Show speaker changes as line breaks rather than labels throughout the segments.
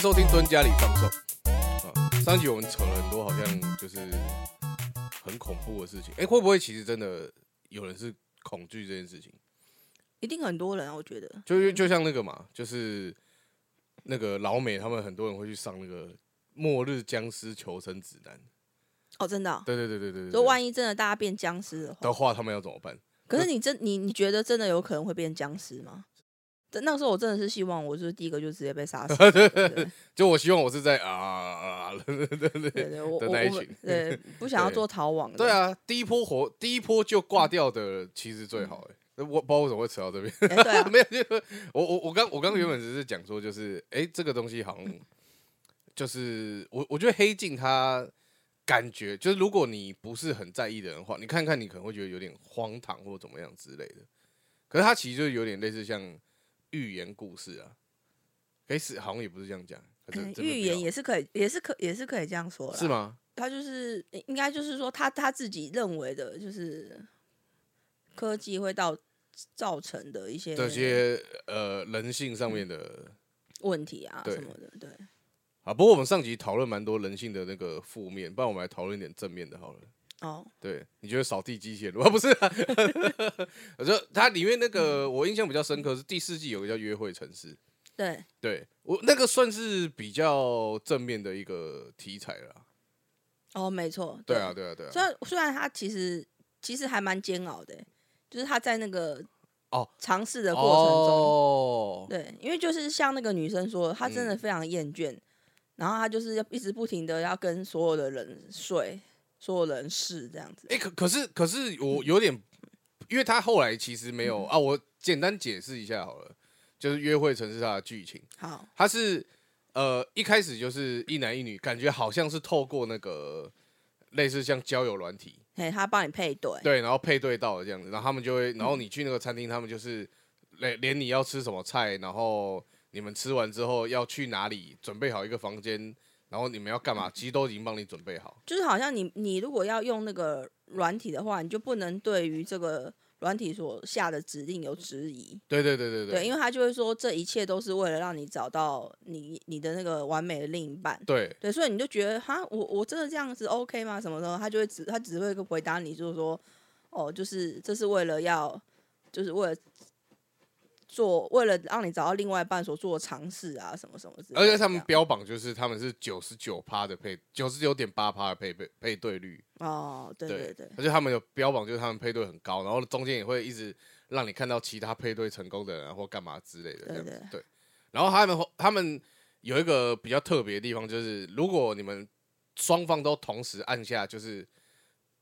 收听蹲家里放送。啊，上一集我们扯了很多，好像就是很恐怖的事情。哎、会不会其实真的有人是恐惧这件事情？
一定很多人啊，我觉得
就就就像那个嘛，就是那个老美他们很多人会去上那个《末日僵尸求生指南》。
哦，真的、啊。
对对对对对对
就
对。
万一真的大家变僵尸的话，
的话，他们要怎么办？
可是你真你你觉得真的有可能会变僵尸吗？但那时候我真的是希望我就是第一个就直接被杀死的， 对
就我希望我是在啊 啊，啊对对对
对
对
对，我
的
我
那一
我
群
对不想要做逃亡的，
对，啊，第一波活，第一波就挂掉的其实最好、欸。那我不知道为什么会扯到这边，
哎 对啊，
没有，就我我我刚我刚原本只是讲说，就是哎、诶这个东西好像就是我我觉得黑镜它感觉就是，如果你不是很在意的人的话，你看看你可能会觉得有点荒唐或怎么样之类的。可是它其实就有点类似像寓言故事啊，哎、是好像也不是这样讲，可是
嗯
这边
预
比较
言也是可以，也是可也是可以这样说啦
是？吗？
他就是应该就是说他他自己认为的，就是科技会到造成的一些
这些呃人性上面的。
问题啊
对
什么的，对，
啊，不过我们上集讨论蛮多人性的那个负面，不然我们来讨论一点正面的好了。
哦，
对，你觉得扫地机器人？啊， 不是、啊， 我说它里面那
嗯
个我印象比较深刻是第四季有个叫约会城市，
对，
对我那个算是比较正面的一个题材啦。
哦，没错，
对啊，对啊，对
虽
啊。
然虽然他其实其实还蛮煎熬的欸，就是他在那个
哦
尝试的过程中，
哦，
对，因为就是像那个女生说的，她
嗯
真的非常厌倦，然后她就是要一直不停的要跟所有的人睡，所有人事这样子。
哎、可可是可是我有点，因为他后来其实没有
嗯
啊，我简单解释一下好了，就是约会城市它的剧情。
好，
他是呃一开始就是一男一女，感觉好像是透过那个类似像交友软体，
嘿，她帮你配对，
对，然后配对到了这样子，然后他们就会，然后你去那个餐厅，他们就是连连你要吃什么菜，然后你们吃完之后要去哪里，准备好一个房间，然后你们要干嘛，其实都已经帮你准备好。
就是好像你你如果要用那个软体的话，你就不能对于这个软体所下的指令有质疑。
对对对对
对，
对
因为他就会说这一切都是为了让你找到你你的那个完美的另一半。
对
对，所以你就觉得哈，我我真的这样子 OK 吗？什么时候他就会只他只会回答你，就是说，哦，就是这是为了要，就是为了做，为了让你找到另外一半所做的尝试啊，什么什么之类的
而
这样。
且他们标榜就是他们是九十九趴的配，九十九点八趴的配配配对率，
哦，对对对，
而且他们有标榜，就是他们配对很高，然后中间也会一直让你看到其他配对成功的人啊或干嘛之类的这样子。对，然后他们他们有一个比较特别的地方，就是如果你们双方都同时按下就是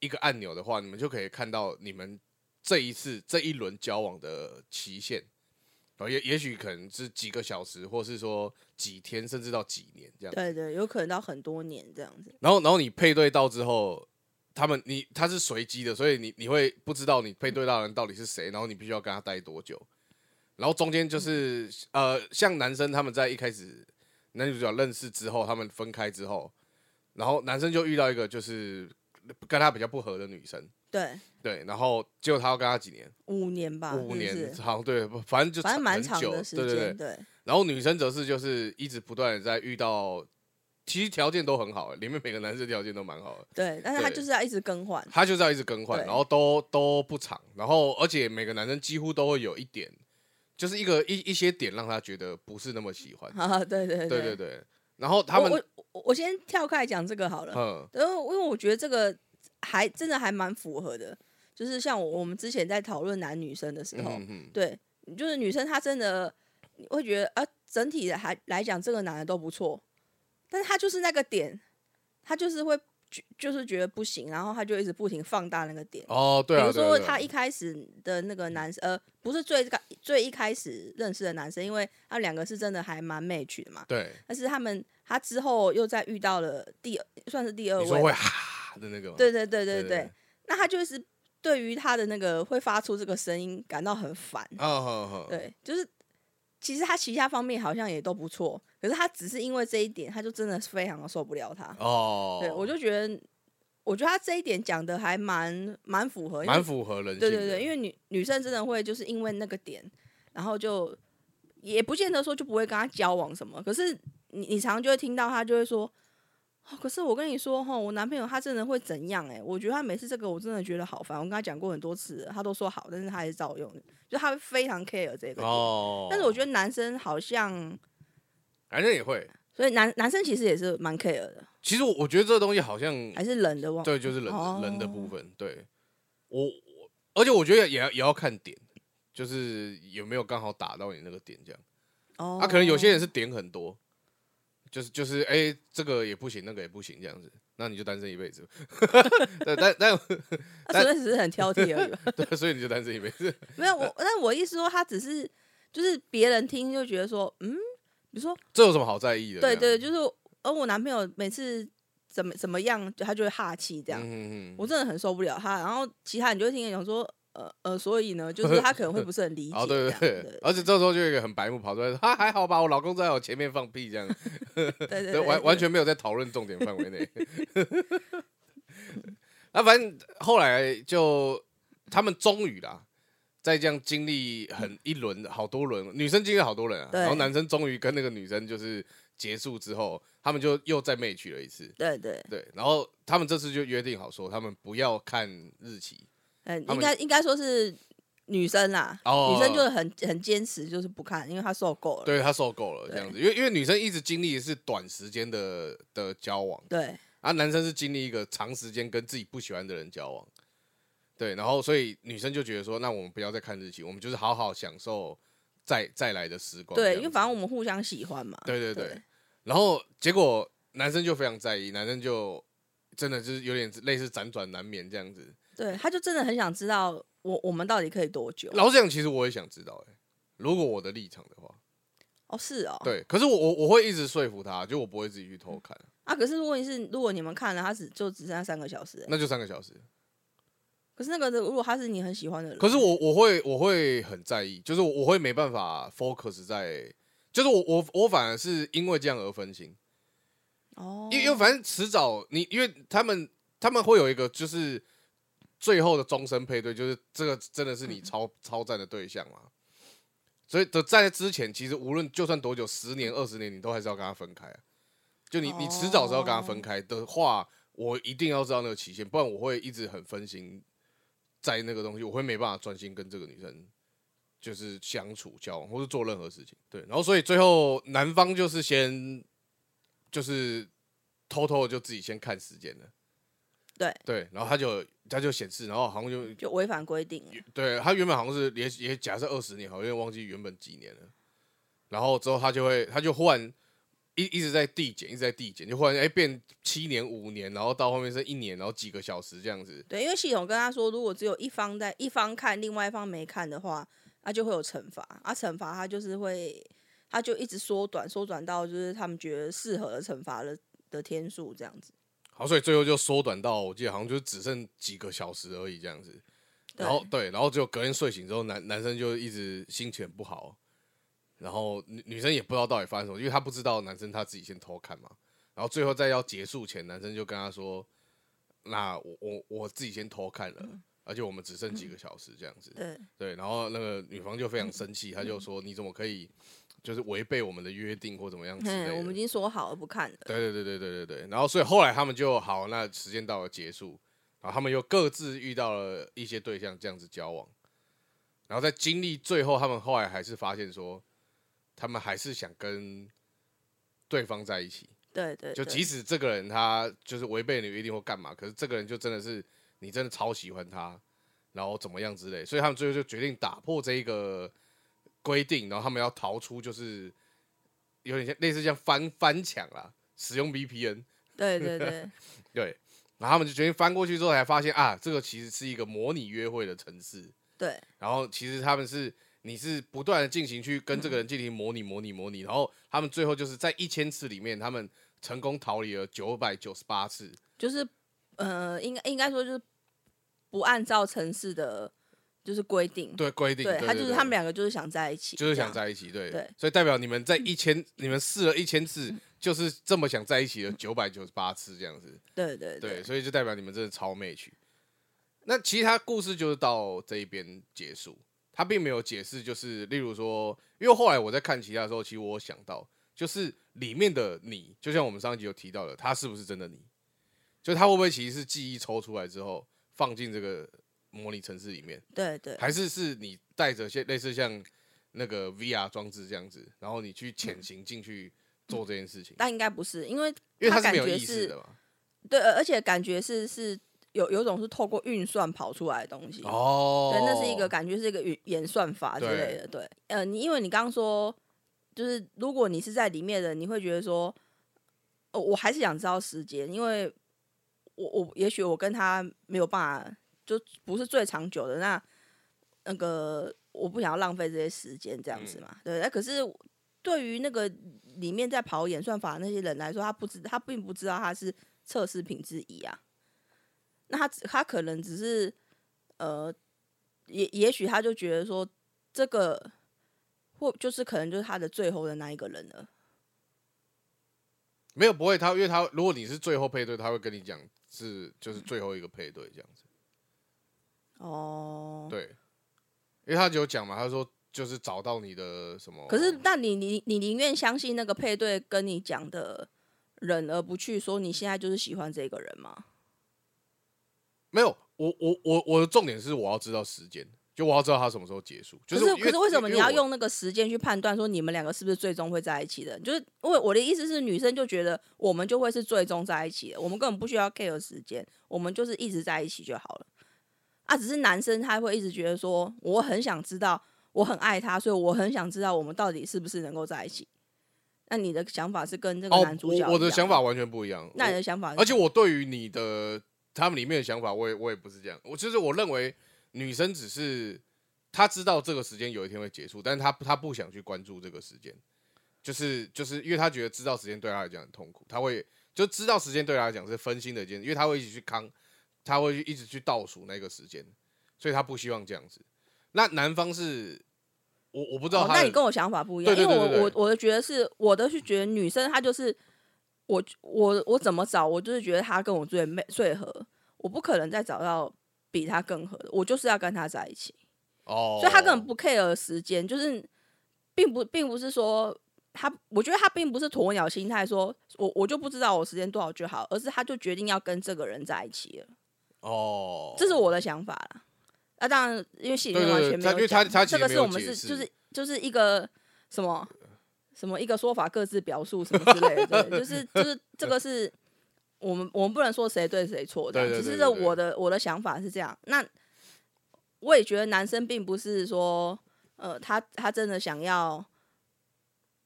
一个按钮的话，你们就可以看到你们这一次这一轮交往的期限，然后也也许可能是几个小时，或是说几天，甚至到几年这样。
对对，有可能到很多年这样子。
然后然后你配对到之后，他们你他是随机的，所以你你会不知道你配对到的人到底是谁，然后你必须要跟他待多久。然后中间就是呃，像男生他们在一开始男女主角认识之后，他们分开之后，然后男生就遇到一个就是跟他比较不合的女生，
对，
对，然后结果他要跟他几年，
五年吧，
五
啊是不
年，
是
好像对，不反正就
反正蛮
很
长
久
的时
对
间。
对对。然后女生则是就是一直不断的在遇到，其实条件都很好，里面每个男生条件都蛮好的。
对但是他
对
就是要一直更换。
他就是要一直更换，
对
然后都都不长，然后而且每个男生几乎都会有一点，就是一个一一些点让他觉得不是那么喜欢。
啊，对对
对
对
对对，然后他们
我我我我先跳开来讲这个好了。
嗯
因为因为我觉得这个还真的还蛮符合的，就是像我我们之前在讨论男女生的时
嗯
候，
哼哼
对，就是女生她真的你会觉得啊，整体的还来讲这个男的都不错，但是他就是那个点，他就是会觉就是觉得不行，然后他就一直不停放大那个点。
哦对
比
啊，
如
对啊
说
对啊
他一开始的那个男生，呃，不是最开最一开始认识的男生，因为他们两个是真的还蛮 match 的嘛。
对
但是他们他之后又再遇到了第二算是第二
你说
位吧
会哈的那个吗，
对对对对
对
对，那他就是对于他的那个会发出这个声音感到很烦。
啊好好，
对，就是其实他其他方面好像也都不错，可是他只是因为这一点，他就真的是非常的受不了他。
哦，
对，我就觉得，我觉得他这一点讲的还蛮蛮符合，因为
蛮符合人性的，
对对对，因
为
为女女生真的会就是因为那个点，然后就也不见得说就不会跟他交往什么，可是你你常常就会听到他就会说，哦，可是我跟你说哈，我男朋友他真的会怎样、欸？哎，我觉得他每次这个我真的觉得好烦。我跟他讲过很多次了，他都说好，但是他还是照用，就他非常 care 这个。
哦，
但是我觉得男生好像，
男生也会。
所以男男生其实也是蛮 care 的，
其实我我觉得这个东西好像
还是冷的忘。
对，就是人、
哦
人的部分。对我，我而且我觉得也要也要看点，就是有没有刚好打到你那个点这样。
哦，
啊，可能有些人是点很多，就是就是哎、这个也不行，那个也不行这样子，那你就单身一辈子。 对，但但
他纯粹只是很挑剔而已吧。
对，所以你就单身一辈子。
没有我，但我意思说他只是就是别人听就觉得说，嗯，比如说
这有什么好在意的？
对
这样
对，就是而我男朋友每次怎么怎么样，就他就会哈气这
嗯
样，
嗯嗯，
我真的很受不了他。然后其他人就会听讲说，呃呃，所以呢，就是他可能会不是很理解
哦，
这
对
样，
对对，而且这时候就有一个很白目跑出来说，啊还好吧，我老公在我前面放屁这样，
对对对
对，完完全没有在讨论重点范围内。 那反正后来就他们终于啦，在这样经历很一轮好多轮，女生经历好多轮啊，
对
然后男生终于跟那个女生就是结束之后，他们就又再 match 了一次。
对对，
对，然后他们这次就约定好说，他们不要看日期，
嗯，
他们
应该应该说是女生啦，
哦
女生就是很很坚持，就是不看，因为她受够了。
对他受够了这
对
样子，因为因为女生一直经历的是短时间的的交往。
对
啊，男生是经历一个长时间跟自己不喜欢的人交往，对，然后所以女生就觉得说，那我们不要再看日期，我们就是好好享受再再来的时光这样
对，
子。
因为反正我们互相喜欢嘛。
对对对，
对
然后结果男生就非常在意，男生就真的就是有点类似辗转难眠这样子。
对，他就真的很想知道我我们到底可以多久。
老实讲，其实我也想知道、欸，如果我的立场的话，
哦，是哦，
对，可是我我我会一直说服他，就我不会自己去偷看，
啊。可是问题是，如果你们看了，他只就只剩下三个小时欸、
那就三个小时。
可是那个人如果他是你很喜欢的人，
可是我我会我会很在意，就是我我会没办法 focus 在，就是我我我反而是因为这样而分心，
哦，
因为因为反正迟早你因为他们他们会有一个就是最后的终身配对，就是这个真的是你超、超赞的对象嘛。所以的在之前，其实无论就算多久，十年二十年，你都还是要跟他分开啊、就你你迟早是要跟他分开的话，我一定要知道那个期限，不然我会一直很分心在那个东西，我会没办法专心跟这个女生就是相处交往，或是做任何事情。对，然后所以最后男方就是先就是偷偷的就自己先看时间了。
对
对，然后他就他就显示，然后好像就
就违反规定了，
对他原本好像是也也假设二十年，好像有点忘记原本几年了。然后之后他就会他就忽然一一直在递减，一直在递减，就忽然哎、变七年五年，然后到后面是一年，然后几个小时这样子。
对，因为系统跟他说，如果只有一方在一方看，另外一方没看的话，那就会有惩罚。啊，惩罚他就是会，他就一直缩短，缩短到就是他们觉得适合的惩罚的的天数这样子。
好，所以最后就缩短到我记得好像就只剩几个小时而已这样子。
对
然后对，然后就隔天睡醒之后，男男生就一直心情不好，然后女女生也不知道到底发生什么，因为她不知道男生他自己先偷看嘛。然后最后在要结束前，男生就跟她说：“那我我我自己先偷看了，而且我们只剩几个小时这样子。
嗯对，嗯
对，然后那个女方就非常生气，她就说：“你怎么可以就是违背我们的约定或怎么样之类
嗯，
的？”
我们已经说好了不看了。
对对对对对对对。然后所以后来他们就好，那时间到了结束，然后他们又各自遇到了一些对象，这样子交往。然后在经历最后，他们后来还是发现说，他们还是想跟对方在一起。
对对，
就
对
即使这个人他就是违背你的约定或干嘛，可是这个人就真的是你真的超喜欢他，然后怎么样之类，所以他们最后就决定打破这一个规定，然后他们要逃出，就是有点像类似像翻翻墙啦，使用 VPN，
对对对
对，然后他们就决定翻过去之后才发现啊，这个其实是一个模拟约会的城市，
对
然后其实他们是你是不断的进行去跟这个人进行模拟、模拟、模拟，然后他们最后就是在一千次里面，他们成功逃离了九百九十八次。
就是呃，应该应该说就是不按照城市的就是规定，
对规定，对，
嗯他就是
对
他们，两个就是想在一起，
对就是
这
想
样
在一起，对，
对嗯
所以代表你们在一千，你们试了一千次，就是这么想在一起的九百九十八次这样子，
对对
对，所以就代表你们真的超 match。那其他故事就是到这一边结束，他并没有解释，就是例如说，因为后来我在看其他的时候，其实我有想到，就是里面的你，就像我们上一集有提到的，他是不是真的你？就他会不会其实是记忆抽出来之后放进这个模拟城市里面，
对对
还是是你带着些类似像那个 VR 装置这样子，然后你去潜行进去做这件事情？
但应该不是，因为
因为它
他
是
感
没有
觉
意识
是
的嘛。
对，而而且感觉是是有有种是透过运算跑出来的东西。
哦，
对，那是一个感觉是一个演演算法之
对
类的。对，呃，你因为你刚刚说，就是如果你是在里面的，你会觉得说，哦，我还是想知道时间，因为我我也许我跟他没有办法，就不是最长久的那那个，我不想要浪费这些时间这样子嘛。对，那可是对于那个里面在跑演算法的那些人来说，他不知他并不知道他是测试品之一啊。那他只他可能只是呃，也也许他就觉得说这个或就是可能就是他的最后的那一个人了。
没有不会，他因为他如果你是最后配对，他会跟你讲是就是最后一个配对这样子。
哦，
对，因为他就有讲嘛，他说就是找到你的什么，
可是那你你你宁愿相信那个配对跟你讲的人，而不去说你现在就是喜欢这个人吗？
没有，我我我我的重点是我要知道时间，就我要知道他什么时候结束。就
可是
因
可是为什么
因
你要
我
用那个时间去判断说你们两个是不是最终会在一起的？就是因为我的意思是，女生就觉得我们就会是最终在一起的，我们根本不需要 care 时间，我们就是一直在一起就好了。啊，只是男生他会一直觉得说，我很想知道，我很爱他，所以我很想知道我们到底是不是能够在一起。那你的想法是跟这个
哦
男主角一样、
我我的想法，完全不一样。
那你
我
的想法是，
而且我对于你的他们里面的想法，我也我也不是这样。我就是我认为女生只是她知道这个时间有一天会结束，但是她她不想去关注这个时间，就是就是因为她觉得知道时间对她来讲很痛苦，她会就知道时间对她来讲是分心的一件，因为她会一直去扛，她会一直去倒数那个时间，所以她不希望这样子。那男方是我我不知道
哦，
他的、
那你跟我想法不一样，
对对对
因为
对
我
对
我我的觉得是我的是觉得女生她就是我我我怎么找，我就是觉得她跟我最美最合，我不可能再找到比她更合的，我就是要跟她在一起，
哦，
所以她根本不 care 时间，就是并不并不是说。她，我觉得她并不是鸵鸟心态，说我我就不知道我时间多少就好，而是她就决定要跟这个人在一起了，
哦，
这是我的想法啦。那、当然，因为戏里面
对
完
对对
全没有
他因为他
讲
他其
这
实
个
没
是
有
我们
解
是
释
就是就是一个什么什么一个说法各自表述什么之类 的，对，就是就是这个是我们我们不能说谁对谁错的，
对对
只
对对
是这
对
我的我的想法是这样。那我也觉得男生并不是说呃他他真的想要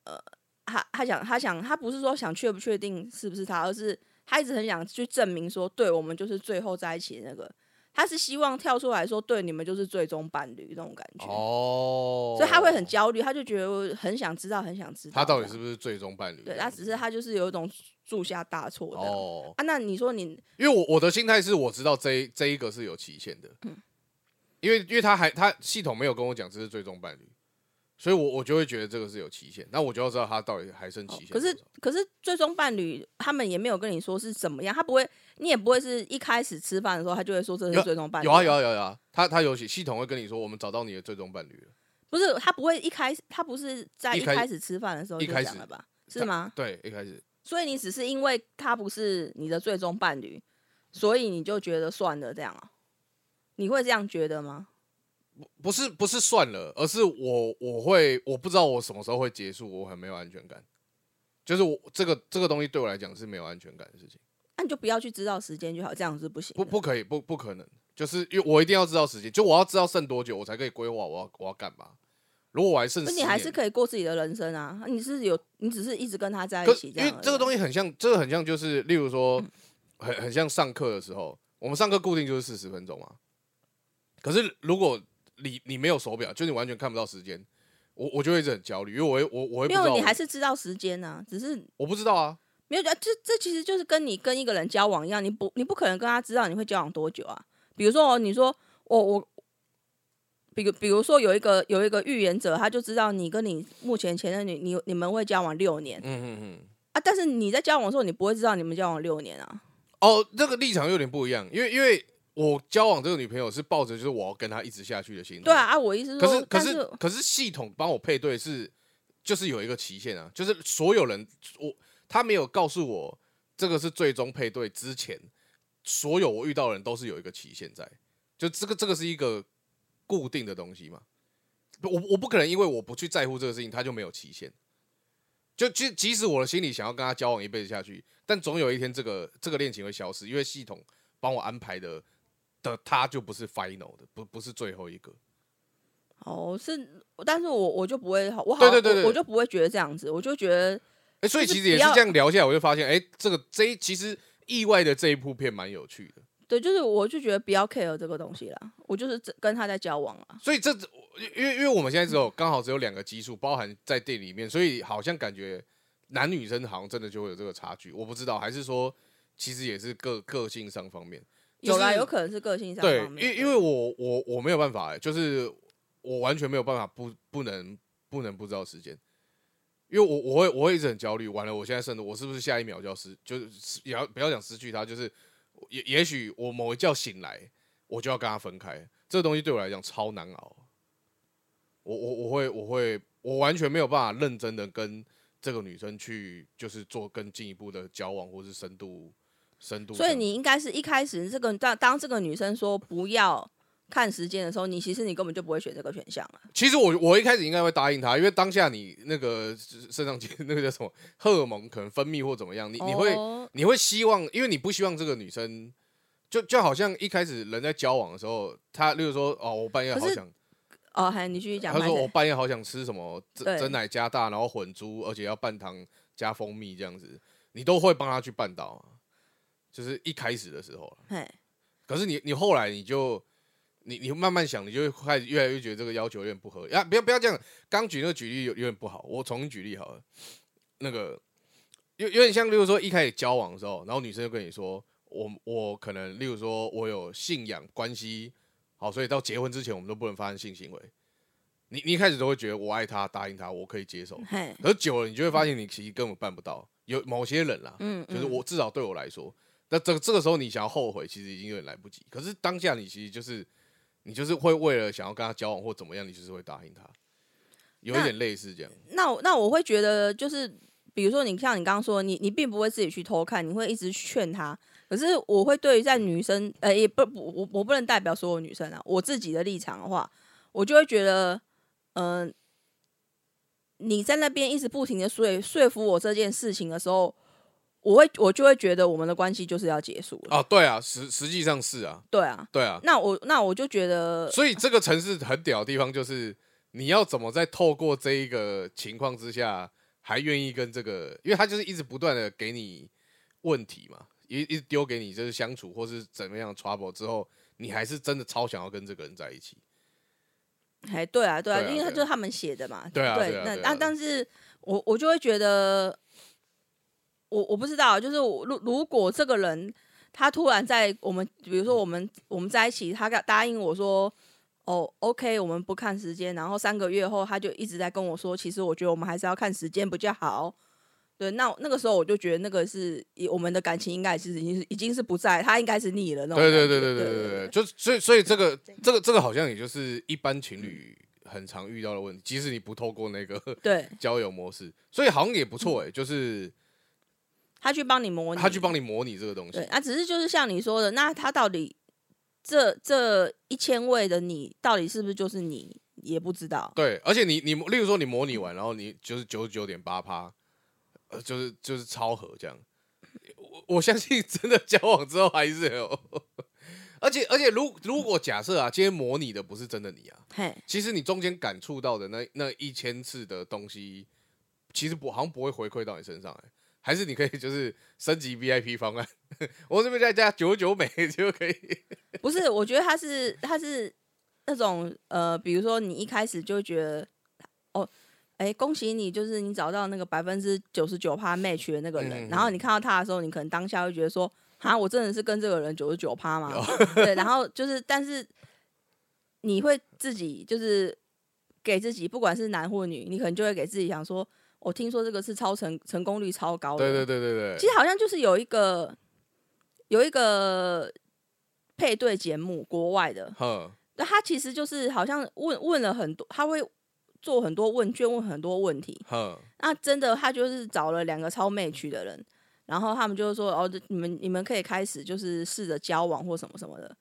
呃他他想他想他不是说想确不确定是不是他，而是他一直很想去证明说，对我们就是最后在一起的那个。他是希望跳出来说，对你们就是最终伴侣那种感觉，
哦，
所以他会很焦虑，他就觉得我很想知道，很想知道
他到底是
这样
不是最终伴侣这
对
样子？
他只是他就是有一种铸下大错的、
哦，
啊。那你说你
因为我我的心态是我知道这一这一个是有期限的，
嗯
因为因为他还他系统没有跟我讲这是最终伴侣，所以我我就会觉得这个是有期限，那我就要知道他到底还剩期限
哦可
多少、
是可是最终伴侣他们也没有跟你说是怎么样，他不会，你也不会是一开始吃饭的时候他就会说这是最终伴侣，
有啊有啊有啊有啊，他他有写系统会跟你说我们找到你的最终伴侣了，
不是他不会一开始他不是在
一
一
开
开始吃饭的时候
一
就
开
讲
始
了吧？是吗？
对，一开始
所以你只是因为他不是你的最终伴侣，所以你就觉得算了这样啊、你会这样觉得吗？
不是不是算了，而是我我会我不知道我什么时候会结束，我很没有安全感，就是我这个这个东西对我来讲是没有安全感的事情。
那、你就不要去知道时间就好，这样是不行的。
不不可以，不不可能，就是因为我一定要知道时间，就我要知道剩多久，我才可以规划我要我要干嘛。如果我还剩
那
十
你
年，
还是可以过自己的人生啊！你是有，你只是一直跟他在
可
一起这
因
样
为
而已啊。嗯
这个东西很像，这个很像就是，例如说，很很像上课的时候，我们上课固定就是四十分钟嘛。可是如果你你没有手表，就你完全看不到时间，我我就会一直很焦虑，因为我会我我会不知
没
道
有，
我，
你还是知道时间啊，只是
我不知道啊，
没有觉得这这其实就是跟你跟一个人交往一样，你不你不可能跟他知道你会交往多久啊。比如说、哦，你说我我，比如比如说有一个有一个预言者，他就知道你跟你目前前任你你你们会交往六年
嗯嗯嗯。
啊，但是你在交往的时候，你不会知道你们交往六年啊。
哦，这个立场有点不一样，因为因为我交往这个女朋友是抱着就是我要跟她一直下去的心态。
啊对啊，啊，我意思是
可
说，
是可
但
是
是
可是系统帮我配对是就是有一个期限啊，就是所有人我他没有告诉我这个是最终配对之前，所有我遇到的人都是有一个期限在，就这个这个是一个固定的东西嘛。我我不可能因为我不去在乎这个事情，他就没有期限。就即即使我的心里想要跟他交往一辈子下去，但总有一天这个这个恋情会消失，因为系统帮我安排的的他就不是 final 的，不不是最后一个。
哦，是，但是我我就不会，我好，
对对对对
我，我就不会觉得这样子，我就觉得
哎、所以
就是
其实也
不
是
要
这样聊下来，我就发现，哎、这个这一其实意外的这一部片蛮有趣的。
对，就是我就觉得不要 care 这个东西啦，我就是只跟他在交往啊。
所以这因为因为我们现在只有刚好只有两个基数包含在店里面，所以好像感觉男女生好像真的就会有这个差距。我不知道，还是说其实也是个个性上方面。
有啦，
就是
有可能是个性上
对
方，面
因
对
因为我我我没有办法、欸，就是我完全没有办法不不能不能不知道时间，因为我我会我会一直很焦虑。完了，我现在剩的我是不是下一秒就要失，就是失也要不要讲失去他，就是也也许我某一觉醒来，我就要跟他分开，这个东西对我来讲超难熬。我我我会我会我完全没有办法认真的跟这个女生去就是做更进一步的交往或是深度深度这
所
样。
以你应该是一开始这个当当这个女生说不要看时间的时候，你其实你根本就不会选这个选项啊。
其实我我一开始应该会答应他，因为当下你那个肾上腺 那个叫什么荷尔蒙可能分泌或怎么样，你你会、
哦
你会希望，因为你不希望这个女生就就好像一开始人在交往的时候，他例如说哦，我半夜好
可是
想，
哦，还你继续讲。
他
拍
说
谁
我半夜好想吃什么
对
真真奶加大，然后混珠，而且要半糖加蜂蜜这样子，你都会帮他去办到啊，就是一开始的时候啊
嘿，
可是你你后来你就你你慢慢想，你就会开始越来越觉得这个要求有点不合理啊！不要不要这样，刚举那个举例有有点不好，我重新举例好了。那个有有点像，例如说一开始交往的时候，然后女生就跟你说，我我可能例如说我有信仰关系，好，所以到结婚之前我们都不能发生性行为。你你一开始都会觉得我爱他，答应他，我可以接 受。
嘿，
可是久了，你就会发现你其实根本办不到。有某些人啦，
嗯，
就是
嗯
我至少对我来说，那这个这个时候你想要后悔，其实已经有点来不及。可是当下你其实就是你就是会为了想要跟他交往或怎么样，你就是会答应他，有一
那
点类似这样。
那我那我会觉得就是。比如说，你像你刚刚说，你你并不会自己去偷看，你会一直劝她。可是我会对于在女生，呃，也不不我我不能代表所有女生啊。我自己的立场的话，我就会觉得，嗯、你在那边一直不停的说说服我这件事情的时候，我会我就会觉得我们的关系就是要结束了。
哦，对啊，实实际上是啊，
对啊，
对啊。
那我那我就觉得，
所以这个城市很屌的地方就是，你要怎么在透过这一个情况之下，还愿意跟这个，因为他就是一直不断的给你问题嘛，一一直丢给你，就是相处或是怎么样的 trouble 之后，你还是真的超想要跟这个人在一起。
哎，对啊，对啊，
对啊
因为他
对啊
就是他们写的嘛。
对啊
对
对啊
那
对啊
那但是我我就会觉得，我我不知道，就是我如如果这个人他突然在我们，比如说我们我们在一起，他答应我说。哦、o k 我们不看时间，然后三个月后他就一直在跟我说，其实我觉得我们还是要看时间比较好。对，那那个时候我就觉得那个是我们的感情应该是已经是已经是不在，他应该是腻了那种
对
感觉。
对对对对
对
对对，就所以所以这个这个这个好像也就是一般情侣很常遇到的问题，即使你不透过那个
对
交友模式，所以好像也不错哎、就是
他去帮你嗯模拟，
他去帮你模拟这个东西
对，，啊，只是就是像你说的，那他到底这这一千位的你，到底是不是就是你，也不知道。
对，而且你你例如说你模拟完，然后你就是九十九点八趴，呃，就是就是超合这样。我我相信真的交往之后还是有， 而且而且如如果假设啊，今天模拟的不是真的你啊，
嘿，
其实你中间感触到的那那一千次的东西，其实不好像不会回馈到你身上、欸，还是你可以就是升级 VIP 方案，我这边再加九九美 就可以。
不是，我觉得他是他是那种呃，比如说你一开始就会觉得哦，哎，恭喜你，就是你找到那个百分之九十九趴 match 的那个人，
嗯
然后你看到他的时候，你可能当下会觉得说，啊，我真的是跟这个人九十九趴嘛？ 对，然后就是，但是你会自己就是给自己，不管是男或女，你可能就会给自己想说，我、听说这个是超成成功率超高的，
对对对对
其
对，
实好像就是有一个有一个配对节目，国外的，
哼，
那他其实就是好像问问了很多，他会做很多问卷，问很多问题。
哼，
那真的，他就是找了两个超妹曲的人，然后他们就是说，哦，你们你们可以开始就是试着交往或什么什么的。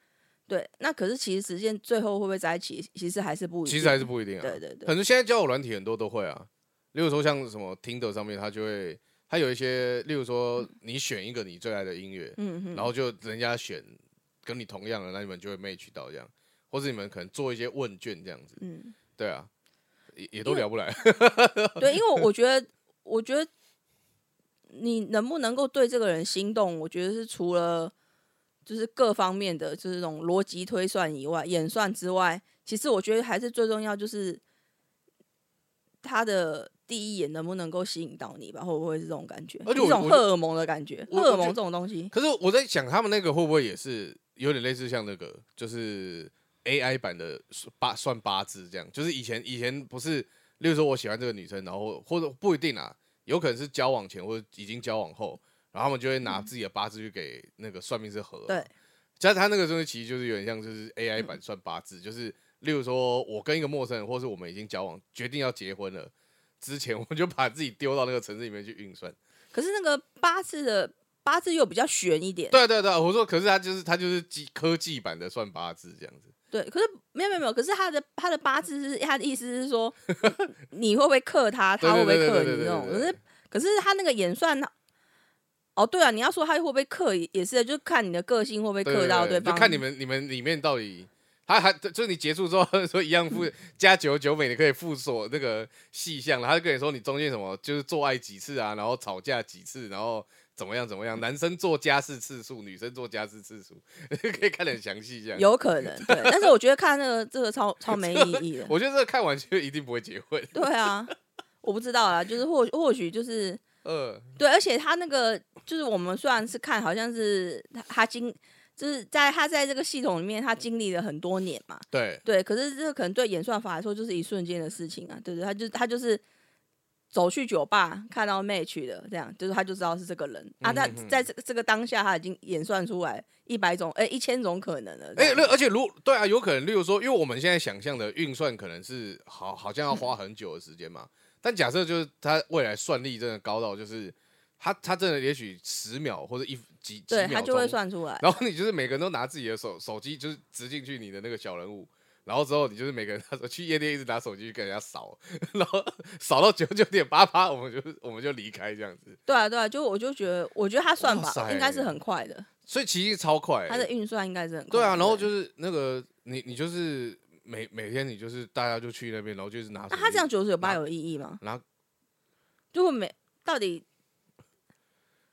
对，那可是其实实践最后会不会在一起，其实还是不一定。
其实还是不一定啊。
对对对，
反正现在交友软体很多都会啊，例如说像什么 Tinder 上面，它就会它有一些，例如说你选一个你最爱的音乐，
嗯嗯，
然后就人家选跟你同样的，那你们就会 match 到这样，或是你们可能做一些问卷这样子，
嗯，
对啊，也也都聊不来，
对，因为我我觉得，我觉得你能不能够对这个人心动，我觉得是除了就是各方面的就是这种逻辑推算以外、演算之外，其实我觉得还是最重要就是他的第一眼能不能够吸引到你吧，会不会是这种感觉？
而且我
一种
我
荷尔蒙的感觉，
我
荷
我
尔
觉
蒙
得
这种东西，
可是我在想，他们那个会不会也是有点类似像那个，就是 AI 版的八算八字这样？就是以前以前不是，例如说我喜欢这个女生，然后或者不一定啊，有可能是交往前或者已经交往后，然后他们就会拿自己的八字去给那个算命师合。
对，
加上他那个东西其实就是有点像就是 AI 版算八字，就是例如说我跟一个陌生人，或是我们已经交往决定要结婚了之前， 我们就把自己丢到那个城市里面去运算。
可是那个八字的八字又比较悬一点，
对啊对啊对啊，我说可是他就是他就是技科技版的算八字这样子，
对，可是没有没有没有，可是他的他的八字是他的意思 是说，你会不会克他，他会不会克你
对对
那种？
对对对对
可是可是他那个演算，哦对啊，你要说他会不会克也是，就看你的个性会不会克到
对
方。
就看你们你们里面到底。他还就是你结束之后他就说一样附加九九美，你可以附所那个细项，然后他就跟你说你中间什么就是做爱几次啊，然后吵架几次，然后怎么样怎么样，男生做家事次数，女生做家事次数，可以看得很详细这样。
有可能对，但是我觉得看那个这个
，
超超没意义的
我觉得这个看完就一定不会结婚。
对啊，我不知道啦，就是或或许就是
呃，
对，而且他那个就是我们虽然是看，好像是他他经就是在他在这个系统里面，他经历了很多年嘛，
对，
对，可是这个可能对演算法来说就是一瞬间的事情啊，对不对？他就他就是走去酒吧看到 match 的，这样就是他就知道是这个人啊。
嗯
他
哼哼
在这这个当下，他已经演算出来一百种，哎，一千种可能了。
哎、
这样
那而且如对啊，有可能，例如说，因为我们现在想象的运算可能是好，好像要花很久的时间嘛。但假设就是它未来算力真的高到，就是它它真的也许十秒或者一几几
对
秒
他就
钟
会。算出来。
然后你就是每个人都拿自己的手手机，就是直进去你的那个小人物，然后之后你就是每个人拿手去夜店一直拿手机去跟人家扫， 然后扫到九九点八八，我们就我们就离开这样子。
对啊，对啊，就我就觉得，我觉得他算
哇
法
塞
应该是很快的，
所以其实超快、欸，
他的运算应该是很快
对
的。
啊，然后就是那个你你就是每每天你就是大家就去那边，然后就是拿手
那
机。
啊他这样九十九八
拿
有意义吗？
拿，
就会没到底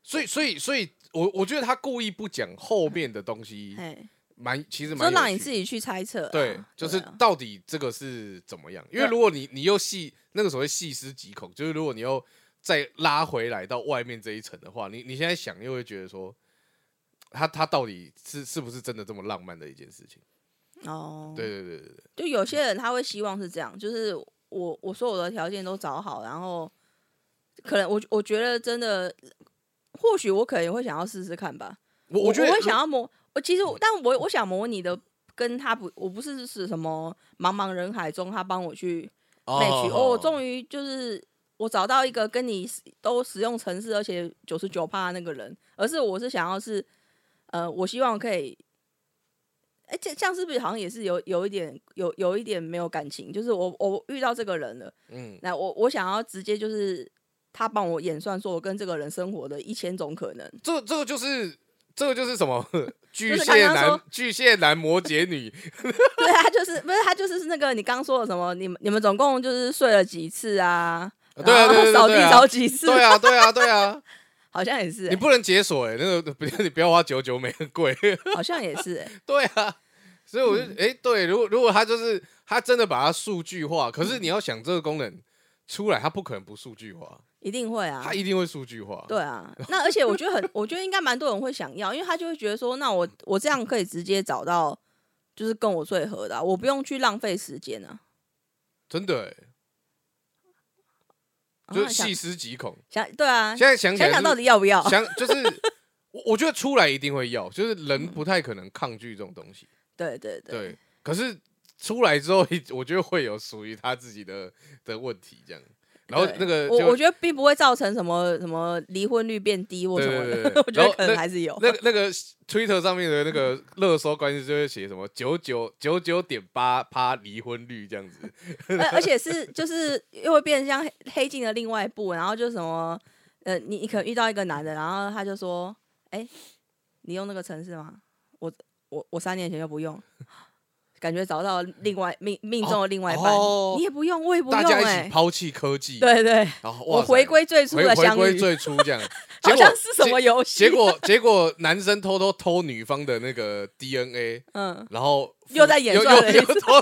所以所以所以我我觉得他故意不讲后面的东西，
哎，
蛮其实
就
蛮有
让你
趣
自己去猜测啊。
对，就是
啊
到底这个是怎么样？因为
对啊
如果你你又细那个所谓细思极恐，就是如果你又再拉回来到外面这一层的话，你你现在想又会觉得说，他他到底是是不是真的这么浪漫的一件事情？
哦，
对对对对对，
就有些人他会希望是这样，就是我我所有的条件都找好，然后可能我我觉得真的，或许我可能也会想要试试看吧。
我
我
觉得
会想要模，我其实我但我我想模拟的跟他不，我不是是什么茫茫人海中他帮我去 match，哦，我终于就是。我找到一个跟你使都使用城市，而且九十九趴那个人，而是我是想要是，呃，我希望可以，哎、这这样是不是好像也是有有一点有有一点没有感情？就是我我遇到这个人了，
嗯
那我我想要直接就是他帮我演算，说我跟这个人生活的一千种可能，
这这个就是这个就是什么巨
就是刚
蟹
刚
男
说、
巨蟹男、摩羯 女，
对啊，就是不是他就是那个你刚说的什么？你们你们总共就是睡了几次啊？
对啊
然后
对对对
扫
对
地
啊
扫几次？
对啊，对啊，对啊，
好像也是、
你
欸，
不能解锁哎、那个不要你不要花九九美很贵，
好像也 是、欸，
对啊，所以我
嗯
就哎、诶对，如果如果他就是他真的把它数据化，可是你要想这个功能出来，它不可能不数据化，
一定会啊
它。一定会数据化，
对啊，那而且我觉得很，我觉得应该蛮多人会想要，因为他就会觉得说，那我我这样可以直接找到就是跟我最合的啊、我不用去浪费时间啊。
真的、欸，
啊
就是
想
细思极恐。
想对啊，
现在想起来
想
是
想到底要不要？
想就是 我我觉得
嗯
出来一定会要，就是人不太可能抗拒这种东西。
对对对
对，可是出来之后， 我觉得会有属于他自己的的问题这样。然后
对
那个
我
就
我觉得并不会造成什么什么离婚率变低或什么
对对
的，
对对
我觉
然后
得可能还是有。
那个那个 Twitter 上面的那
嗯
个热搜关系就会写什么九九九九点八趴离婚率这样子，
而而且是就是又会变成像黑黑镜的另外一部，然后就什么呃，你你可能遇到一个男的，然后他就说，哎、你用那个城市吗？我我我三年前就不用， 感觉找到另外命命中的另外一半，
哦
你也不用，我也不用、
大家一
哎
起抛弃科技，，
对对，
然后哇
我
塞
回归最初
回
的
回
相
归
遇，
最初这样，结 果
好像是什么游戏？
结果结果男生偷偷偷女方的那个 DNA，
嗯，
然后
又在演
又
算
又
了一
又
次
偷，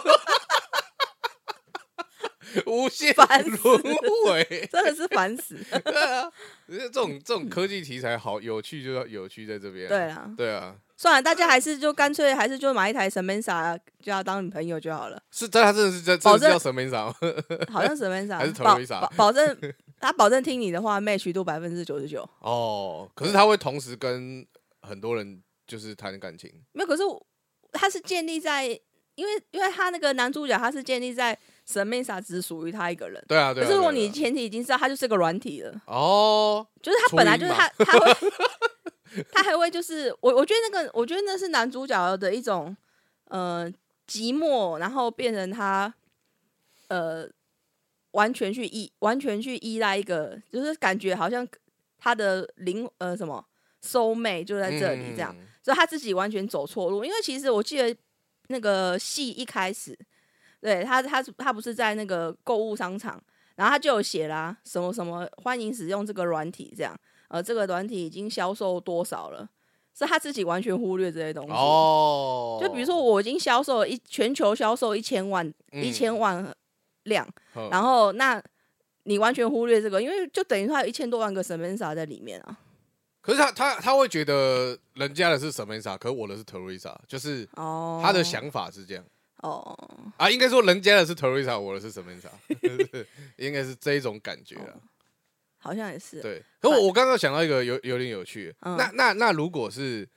无限
烦死
轮回。
真的是烦死。
对啊，这种这种科技题材好有趣，就要有趣在这边、
对，啊，
对啊，
算了，大家还是就干脆还是就买一台 Samantha 就要当女朋友就好了。
是但他真的是在真
保
的是
证
叫什么名字啊？
好像 Samantha
还是
保
Teresa
保保证他保证听你的话，match 度百分之九十九。
哦，可是他会同时跟很多人就是谈感情，
没有，可是我他是建立在，因为因为他那个男主角他是建立在 Samantha 只属于他一个人。
对啊，对
可
啊。
是如果
对啊
你前提已经知道他就是个软体了，
哦，
就是
初
他本来
音
就是他
嘛，
他会他还会 就是我我觉得那个我觉得那是男主角的一种呃寂寞，然后变成他呃完全去依完全去依赖一个，就是感觉好像他的灵呃什么 soul mate 就在这里这样，
嗯，
所以他自己完全走错路。因为其实我记得那个戏一开始，对他他他不是在那个购物商场，然后他就有写啦、什么什么欢迎使用这个软体这样，呃，这个软体已经销售多少了，是他自己完全忽略这些东西。
哦，
就比如说，我已经销售了一全球销售一千万、一千万辆，
嗯，
然后那你完全忽略这个，因为就等于他有一千多万个 s a m a n t a 在里面啊。
可是他他他会觉得人家的是什么 a 可我的是 Teresa，就是
哦，
他的想法是这样
哦，
啊，应该说人家的是 Teresa，我的是什么 a 应该是这一种感觉啊。
哦好像也是哦。
对，可我我刚刚想到一个有有点有趣，
嗯
那那那如果是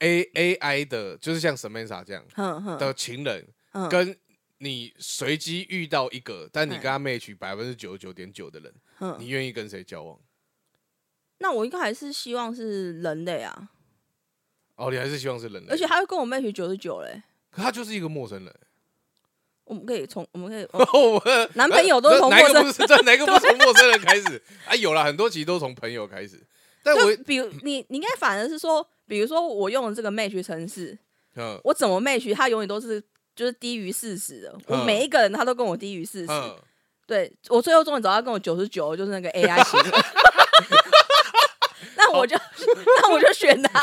A A I 的，就是像 Samantha 这样
哼哼，
的情人，
嗯
跟你随机遇到一个，但你
嗯
跟他 match 百分之九十九点九的人，你
嗯，
愿意跟谁交往？
那我应该还是希望是人类啊，
哦，你还是希望是人类，
而且他会跟我 match 九十九嘞，
可他就是一个陌生 人。
我们可 以从我们可以哦
我们呃
男朋友都是从
哪一个
陌
不是？这哪一个 不是从陌生人开始？啊，有啦，很多其实都从朋友开始。但我
就比如你你应该反而是说，比如说我用的这个 match 城市，
嗯
我怎么 match 他永远都是就是低于四十的，我
嗯
每一个人他都跟我低于四十，
嗯，
对我最后终于找到跟我九十九，就是 那个 AI 型的。 那我就那我就选 他，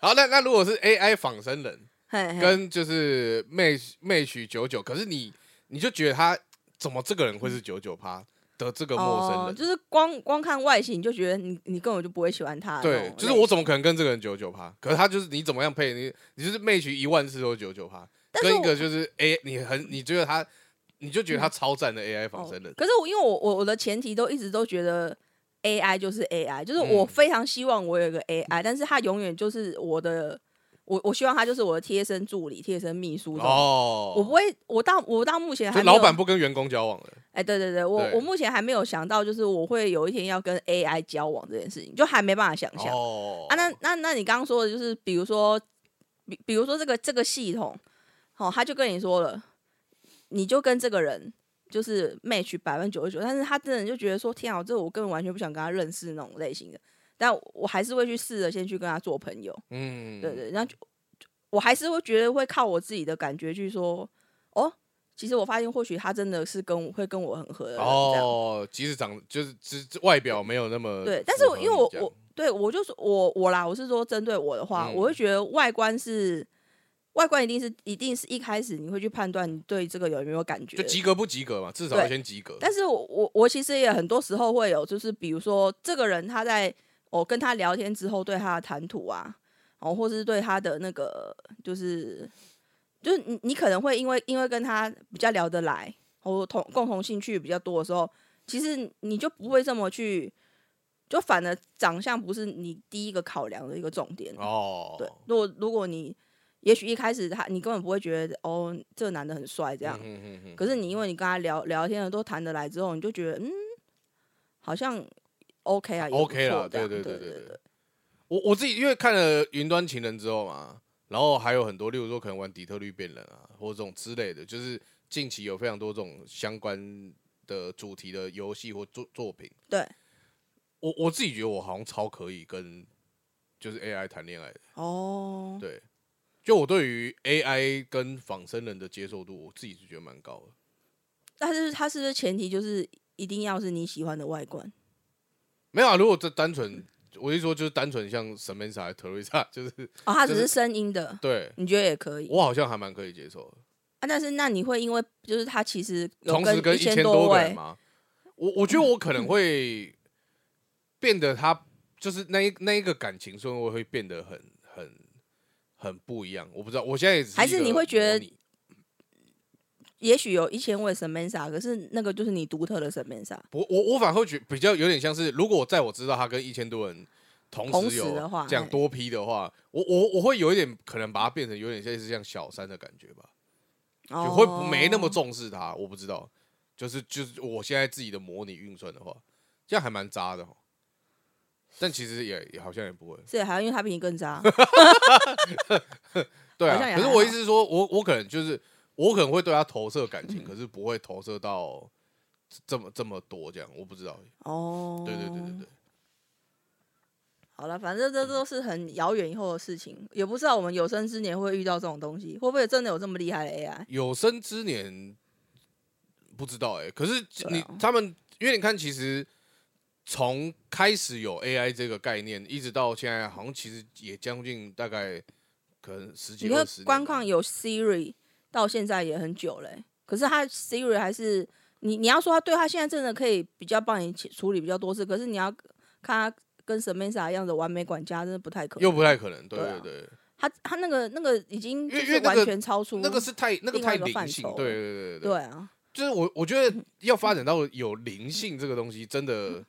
好，那那如果是 AI 仿生人
嘿嘿
跟就是 match match 九九，可是你你就觉得他怎么这个人会是九九趴的这个陌生
哦，
人？
就是光光看外形你就觉得你你根本就不会喜欢他的那种
对
类型。，
就是我怎么可能跟这个人九九趴？可是他就是你怎么样配你，你就是 match 一万次都九九趴，
但是
跟一
我
个就是 A，你很你觉得他，你就觉得他超赞的 AI 仿生人
哦。可是我因为我我我的前提都一直都觉得 AI 就是 AI，就是
嗯
我非常希望我有一个 AI，、但是它永远就是我的，我我希望它就是我的贴身助理、贴身秘书这种。
哦，
我不会，我到我到目前还
就
没有
老板不跟员工交往了。
哎，对对对，我
对
我目前还没有想到，就是我会有一天要跟 AI 交往这件事情，就还没办法想象、
哦
啊。那那那你刚刚说的就是，比如说，比比如说这个这个系统，好、他就跟你说了，你就跟这个人就是 match 百分之九十九，但是他真的就觉得说，天啊，这我根本完全不想跟他认识那种类型的，但我还是会去试着先去跟他做朋友，
嗯，
对对，然后就我还是会觉得会靠我自己的感觉去说，哦，其实我发现或许他真的是跟我会跟我很合的人，这样。
哦，即使长就是只只外表没有那么
对，但是我因为我
符合你这样
我对我就说我我啦，我是说针对我的话，
嗯
我会觉得外观是外观一定是一定是一开始你会去判断你对这个有没有感觉
就，及格不及格嘛，至少
呃对
要先及格。
但是我我我其实也很多时候会有，就是比如说这个人他在我、跟他聊天之后对他的谈吐啊，哦，或是对他的那个就是就是你你可能会因为因为跟他比较聊得来，或同共同兴趣比较多的时候，其实你就不会这么去，就反而长相不是你第一个考量的一个重点。
哦，
对，如果如果你也许一开始他你根本不会觉得哦，这个男的很帅这样，
嗯嗯嗯
可是你因为你跟他聊聊天了，都谈得来之后，你就觉得嗯，好像 OK 啊也不
OK 啦
错这样
对
对
对对
对
对我我自己因为看了《云端情人》之后嘛，然后还有很多，例如说可能玩底特律变人啊，或者这种之类的，就是近期有非常多这种相关的主题的游戏或作作品。
对
我我自己觉得我好像超可以跟就是 AI 谈恋爱的，
哦，
对。就我对于 AI 跟仿生人的接受度，我自己是觉得蛮高的。
但是他是不是前提就是一定要是你喜欢的外观？
没有、啊，如果这单纯，我一说就是单纯像 Samantha 还是 Teresa，就是
哦，他只
就是
是声音的，
对
你觉得也可以
我好像还蛮可以接受的。
啊？但是那你会因为就是他其实有
同时跟
一
一千
多
多个人
位，
吗？我我觉得我可能会变得他就是那一那一个感情顺位会变得很很很不一样。我不知道，我现在也只
还是
一个
你会觉得
模拟
也许有一千位 Samantha，可是那个就是你独特的 Samantha。
我我我反而会觉比较有点像是，如果在我知道他跟一千多人同
同
时
时
有
的话
这样
嘿
多批的话，我我我会有一点可能把它变成有点像是像小三的感觉吧，就
哦，
会没那么重视他。我不知道，就是就是我现在自己的模拟运算的话，这样还蛮渣的哦。但其实也也好像也不会，
是，还要因为他比你 更渣。
对啊
好像。也
可是
还
我意
好
思是说，我我可能就是我可能会对他投射感情，可是不会投射到这么这么多这样，我不知道。
哦，
对对对对对。
好了，反正这
嗯
都是很遥远以后的事情，也不知道我们有生之年会遇到这种东西，会不会真的有这么厉害的 AI？
有生之年不知道哎、可是
对啊
你、他们，因为你看，其实从开始有 AI 这个概念，一直到现在，好像其实也将近大概可能十几
你
二
看
十年吧。
光看有 Siri 到现在也很久嘞、可是它 Siri 还是你你要说它对它现在真的可以比较帮你起处理比较多事，可是你要看它跟 Samantha 一样的完美管家，真的不太可能。
又不太可能，对
对啊
对对，
它它那个那个已经
因
就
为因
是
为那
完
个
全超出
那个是太那个
另外
太
一个
灵
范
性
畴，
对对对
对啊，
就是我我觉得要发展到有灵性这个东西，真 的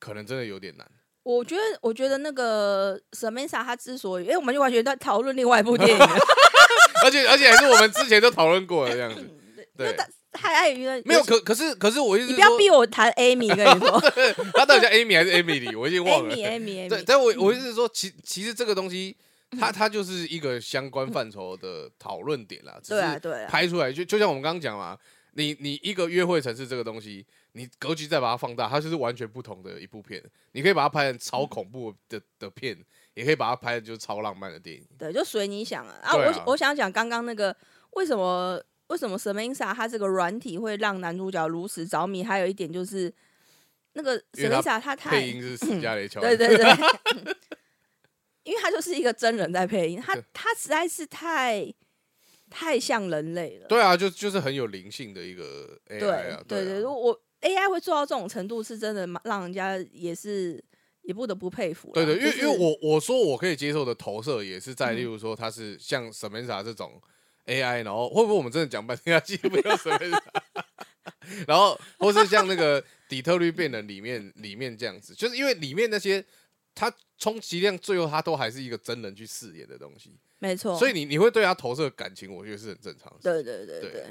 可能真的有点难。
我觉得，我觉得那个 Samantha 她之所以，因为我们就完全在讨论另外一部电 影了，
而且而且还是我们之前都讨论过的这 样子，
嗯
对，
太碍于了
没有可可是可是我一直
你不要逼我谈 Amy，跟你说
他到底叫 Amy 还是 Emily，我已经 忘了。对，
Amy，Amy，Amy，
但我我意思是说，其其实这个东西，它
嗯
它就是一个相关范畴的讨论点啦，只
对啊，
是
对啊，
拍出来就就像我们刚刚讲嘛，你你一个约会城市这个东西，你格局再把它放大，它就是完全不同的一部片。你可以把它拍成
嗯
超恐怖的的片，也可以把它拍成就是超浪漫的电影。
对，就随你想啊。啊，
对啊
我我想讲刚刚那个为什么为什么 Samantha 她这个软体会让男主角如此着迷，还有一点就是那个
因为他
Samantha 她太嗯
配音是史嘉蕾乔，
对对对， 因为他就是一个真人在配音，他他实在是太太像人类了。
对啊，就就是很有灵性的一个 AI 啊，
对
对
对，
啊
我 AI 会做到这种程度，是真的蛮让人家也是也不得不佩服啦。
对对，因为、
就是
因为我我说我可以接受的投射也是在，
嗯
例如说它是像 Samantha 这种 AI，然后会不会我们真的讲半天它 记不掉 Samantha，然后或是像那个底特律变人里面里面这样子，就是因为里面那些它充其量最后它都还是一个真人去饰演的东西，
没错，
所以你你会对它投射感情，我觉得是很正常的事。
对对对
对
对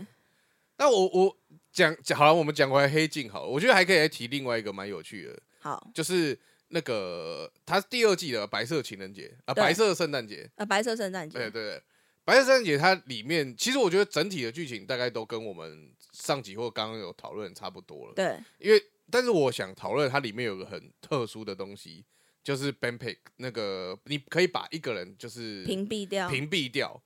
那我我讲讲好了，我们讲回来黑镜好了，我觉得还可以来提另外一个蛮有趣的，
好
就是那个它是第二季的白色情人节啊，
对
白色圣诞节，哎
呃，白色圣诞
对
节，
对对，白色圣诞节它里面其实我觉得整体的剧情大概都跟我们上集或刚刚有讨论差不多了，
对
因为但是我想讨论它里面有个很特殊的东西，就是 ban pick 那个你可以把一个人就是
屏蔽掉，
屏蔽掉。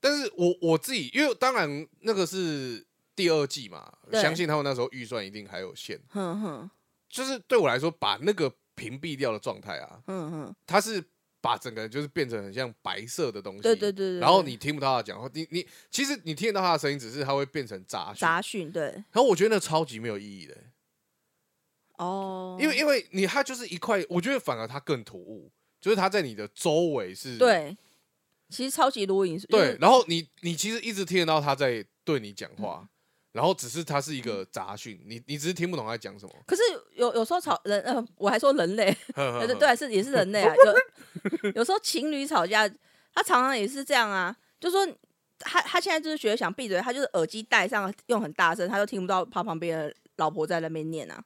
但是我我自己，因为当然那个是第二季嘛，
对
相信他们那时候预算一定还有限。
哼哼
就是对我来说，把那个屏蔽掉的状态啊，
哼哼，
它是把整个人就是变成很像白色的东西，
对对对对，
然后
对
你听不到他讲话，你你其实你听得到他的声音，只是他会变成杂讯。
杂讯，对
然后我觉得那超级没有意义的、
哦，
因为因为你他就是一块，我觉得反而它更突兀，就是它在你的周围是，
对，其实超级录影
对，，然后你你其实一直听得到他在对你讲话，
嗯
然后只是他是一个杂讯，你你只是听不懂他在讲什 么。
可是有有时候吵人，呃，我还说人类，
呵呵
对
呵
对对，是也是人类啊。有有时候情侣吵架，他他常常也是这样啊，就说他他现在就是觉得想闭嘴，他就是耳机戴上用很大声，他就听不到他旁边的老婆在那边念啊。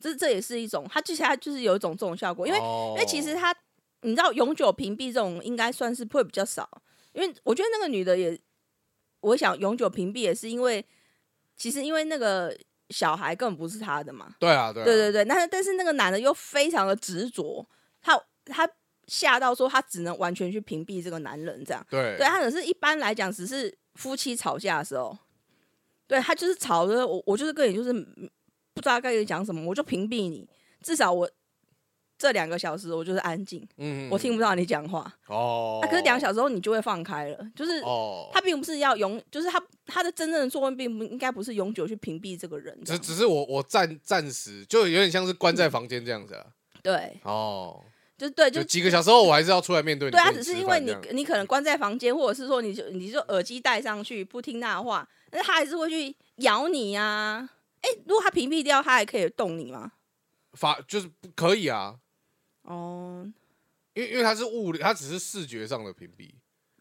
这这也是一种，他其实他就是有一种这种效果，因为、
因
因为其实他你知道永久屏蔽这种应该算是会比较少，因为我觉得那个女的也，我想永久屏蔽也是因为其实因为那个小孩根本不是他的嘛，
对啊，对啊
对对对，那但是那个男的又非常的执着，他他吓到说他只能完全去屏蔽这个男人这样。
对
对啊他只是一般来讲只是夫妻吵架的时候，对他就是吵着我我就是跟你就是不知道该跟你讲什么，我就屏蔽你，至少我这两个小时我就是安静，
嗯，
我听不到你讲话。
哦
那、，可是两个小时后你就会放开了，就是。
哦，
他并不是要永，就是他他的真正的作用并不应该不是永久去屏蔽这个人啊
只
这样，
只是我我暂暂时就有点像是关在房间这样子啊，
对，
哦，
就是对，呃就
就几个小时后我还是要出来面对你，
对啊，
跟你
只
吃
是因
饭
为
这
你
样嗯
你可能关在房间，或者是说你就你就耳机戴上去不听他的话，但是他还是会去咬你啊。哎、如果他屏蔽掉，他还可以动你吗？
法就是不可以啊，
哦，
因为因为它是物理，它只是视觉上的屏蔽，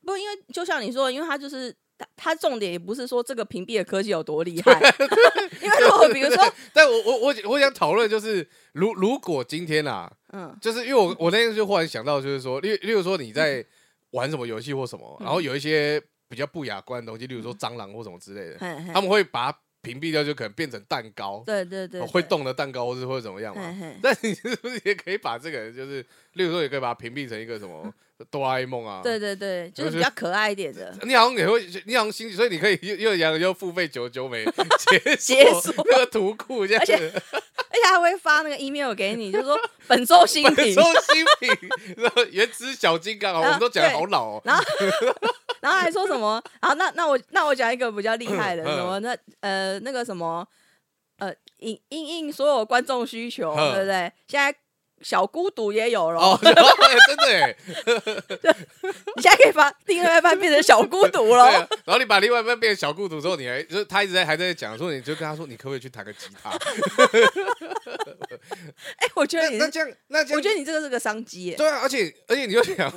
不，因为就像你说的，因为他就是他，他重点也不是说这个屏蔽的科技有多厉害，
啊
因为如果比如说，
但我我我我想讨论就是，如如果今天啊，
嗯
就是因为我我那天就忽然想到，就是说，例例如说你在玩什么游戏或什么，
嗯
然后有一些比较不雅观的东西，例如说蟑螂或什么之类的，
嘿
他
嘿，
们会把它屏蔽掉，就可能变成蛋糕，
对对对
哦会
对
动啊的蛋糕，或是会怎么样嘛
嘿。 嘿，
但你是不是也可以把这个人，就是例如说，也可以把它屏蔽成一个什 么哆啦 A 梦啊？
对对对，就是
就是
比较可爱一点的。
你好像也会，你好像心，所以你可以又又然后又付费九九 美解
解
锁
锁
那个图库这样
而
子，
而且他会发那个 email 给你，就说本周新品，
收新品，然后原汁小金刚 啊，我们都讲的好老哦，
然后还说什么？啊，那那我那我讲一个比较厉害的，
嗯嗯
什么那呃那个什么呃，应应应所有观众需求，
嗯
对不对？现在小孤独也有了，
哦，真的哎耶，
你现在可以把另外一半变成小孤独
对
了
啊。，然后你把另外一半变成小孤独之后，你还就是他一直在还在讲说，你就跟他说，你可不可以去弹个吉他？
哎、我觉得
那
你
那
是，
这样，那这
我
样
觉，得你这个是个商机耶。
对啊，而且而且你就想，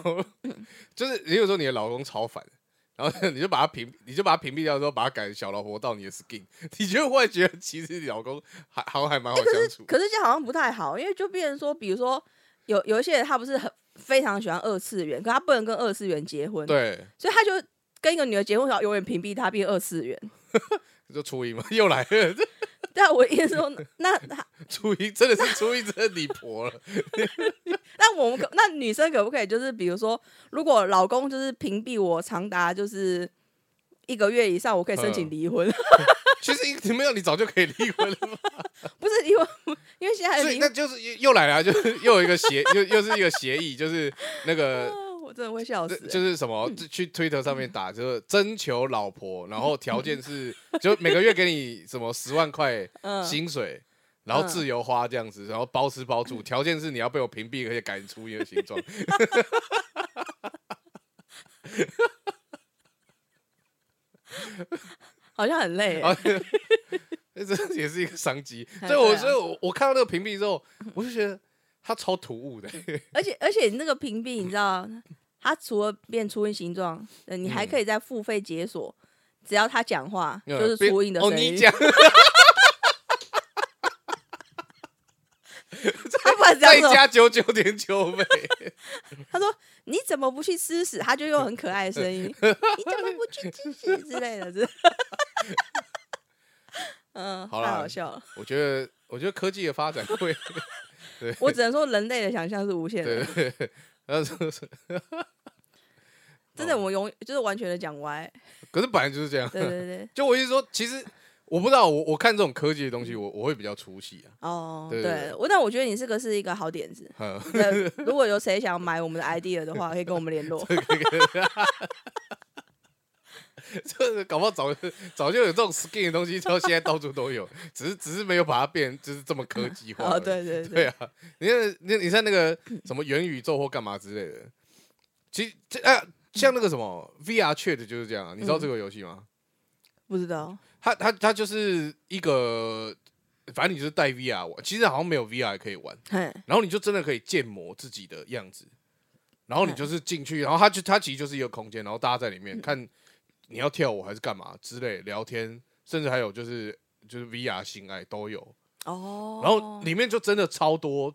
嗯
就是比如说你的老公超烦。然后你就把他屏，你就把他屏蔽掉之后，把他改成小老婆到你的 skin，你 就会忽然觉得其实你老公还好像还蛮好相处。
可是这样好像不太好，因为就变成说，比如说有有一些人他不是很非常喜欢二次元，可他不能跟二次元结婚，
对，
所以他就跟一个女的结婚，然后永远屏蔽她变二次元。
就初一嘛，又来了。
对啊，我意思说，那那
初一真的是初一，真的你婆了。
那我们可那女生可不可以就是比如说，如果老公就是屏蔽我长达就是一个月以上，我可以申请
嗯
离婚？
其实你没有，你早就可以离婚了嘛。
不是离婚， 因为现在
所以
离
那
婚，
就是又又来了啊，就是又有一个协，又又是一个协议，就是那个。
啊我真的会笑
这
死、
就
欸。嗯
是什么去推特上面打，就是征求老婆，然后条 件是就每个月给你什么十万块
嗯，
薪水，然后自由花这样子，然后包吃包
嗯
住，条件是你要被我屏蔽，而且改成初一的形 状。
好像很累欸、
啊， 这也是一个商机。
哎
所以我，
对啊
所以我我看到那个屏蔽之 后，我就觉得它超突兀的。
而且而且你那个屏蔽，你知道，他除了变初音形状，呃你
嗯
还可以再付费解锁，只要他讲话就是
别
初音的
哦，
声
你
音，
讲
他 不管讲
再
什么，
加九九点九倍，
他说：“你怎么不去吃屎？”他就用很可爱的 声音：“你怎么不去吃屎？”之类的，这嗯，
好
太
啦
好笑了。
我觉得，我觉得科技的发展 会，
我只能说，人类的想象是无限
对
的。
对对，然后 就是
真的，
哦
我永就是完全的讲 歪。
可是本来就是这样。
对对对，
就我意思说，其实我不知道，我我看这种科技的东西，我我会比较出戏啊。
哦，
对对对
我但我觉得你这个是一个好点子。
嗯
对如果有谁想买我们的 idea 的话，可以跟我们联络。
这个搞不好早就早就有这种 skin 的东西， 到现在到处都有，只是只是没有把它变就是这么科技化而
哦，
已。
对对
对
对，
啊，你看你你像那 个什么元宇宙或干嘛之类的，其实这啊像那个什么 VR Chat 就是这样啊，你知道这个游戏吗？
嗯不知道。
它它它就是一个，反正你就是带 VR 玩，其实好像没有 VR 可以玩，
嘿，
然后你就真的可以建模自己的样子，然后你就是进去，然后它就它其实就是一个空间，然后大家在里
嗯
面看你要跳舞还是干嘛之类，聊天，甚至还有就是就是 VR 性爱都有。
哦，
然后里面就真的超多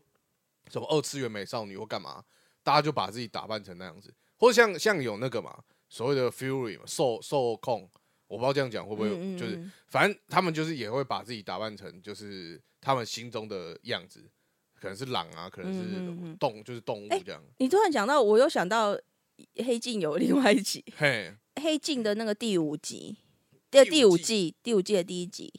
什么二次元美少女或干嘛，大家就把自己打扮成那样子，或者像像有那个嘛，所谓的 Fury 嘛，受受控，我不知道这样讲会不会有，
嗯嗯
就是
嗯
反正他们就是也会把自己打扮成就是他们心中的样子，可能是狼啊，可能
嗯嗯
是
嗯
动就是动物
哎
这样，
你突然讲到，我又想到黑镜有另外一集，
嘿，
黑镜的那个第五集，第
第
第
五
五
季
季第五季的第一集，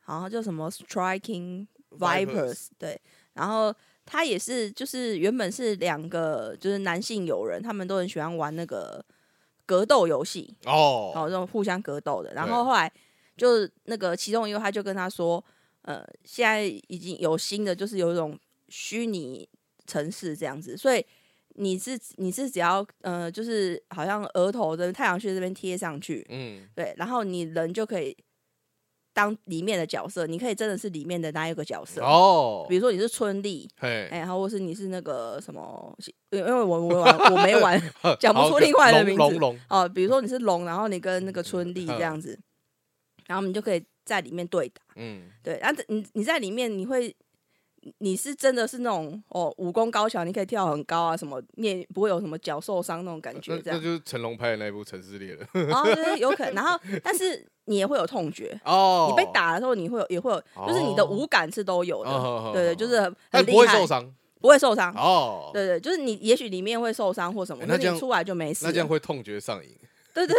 好像叫什么 Striking
Vipers
Vipers，对，然后他也是就是原本是两个就是男性友人，他们都很喜欢玩那个格斗游戏，
哦，
哦，这种互相格斗的。然
对
后后来就那个其中一个他就跟他说，呃，现在已经有新的，就是有一种虚拟城市这样子，所以你是你是只要呃，就是好像额头的太阳穴这边贴上去，
嗯，
对，然后你人就可以当里面的角色，你可以真的是里面的那一个角色。
哦
啊比，如说你是春丽，
嘿，
哎、然后或是你是那个什么，因为我我玩我没 玩讲不
好
出另外的
龙
名字
龙龙，
哦，比如说你是龙，然后你跟那个春丽这样子，然后你就可以在里面对打。
嗯，
对，然后你你在里面你会，你是真的是那种哦武功高强，你可以跳很高啊，什么你也不会有什么脚受伤那种感
那
觉，这
那
样。
就是成龙拍的那一部《陈思 烈》了，
然后就是有可能，然后但是你也会有痛觉，
哦，
你被，打的时候你会有也会有，就是你的五感是都有的。
哦，
对对，就是很
但
很
不会
厉害
受，伤
不会受伤。
哦，
对对，就是你也许里面会受伤或什么
哎，那
那
这样
你出来就没事
那这样
了。
会痛觉上瘾，
对对，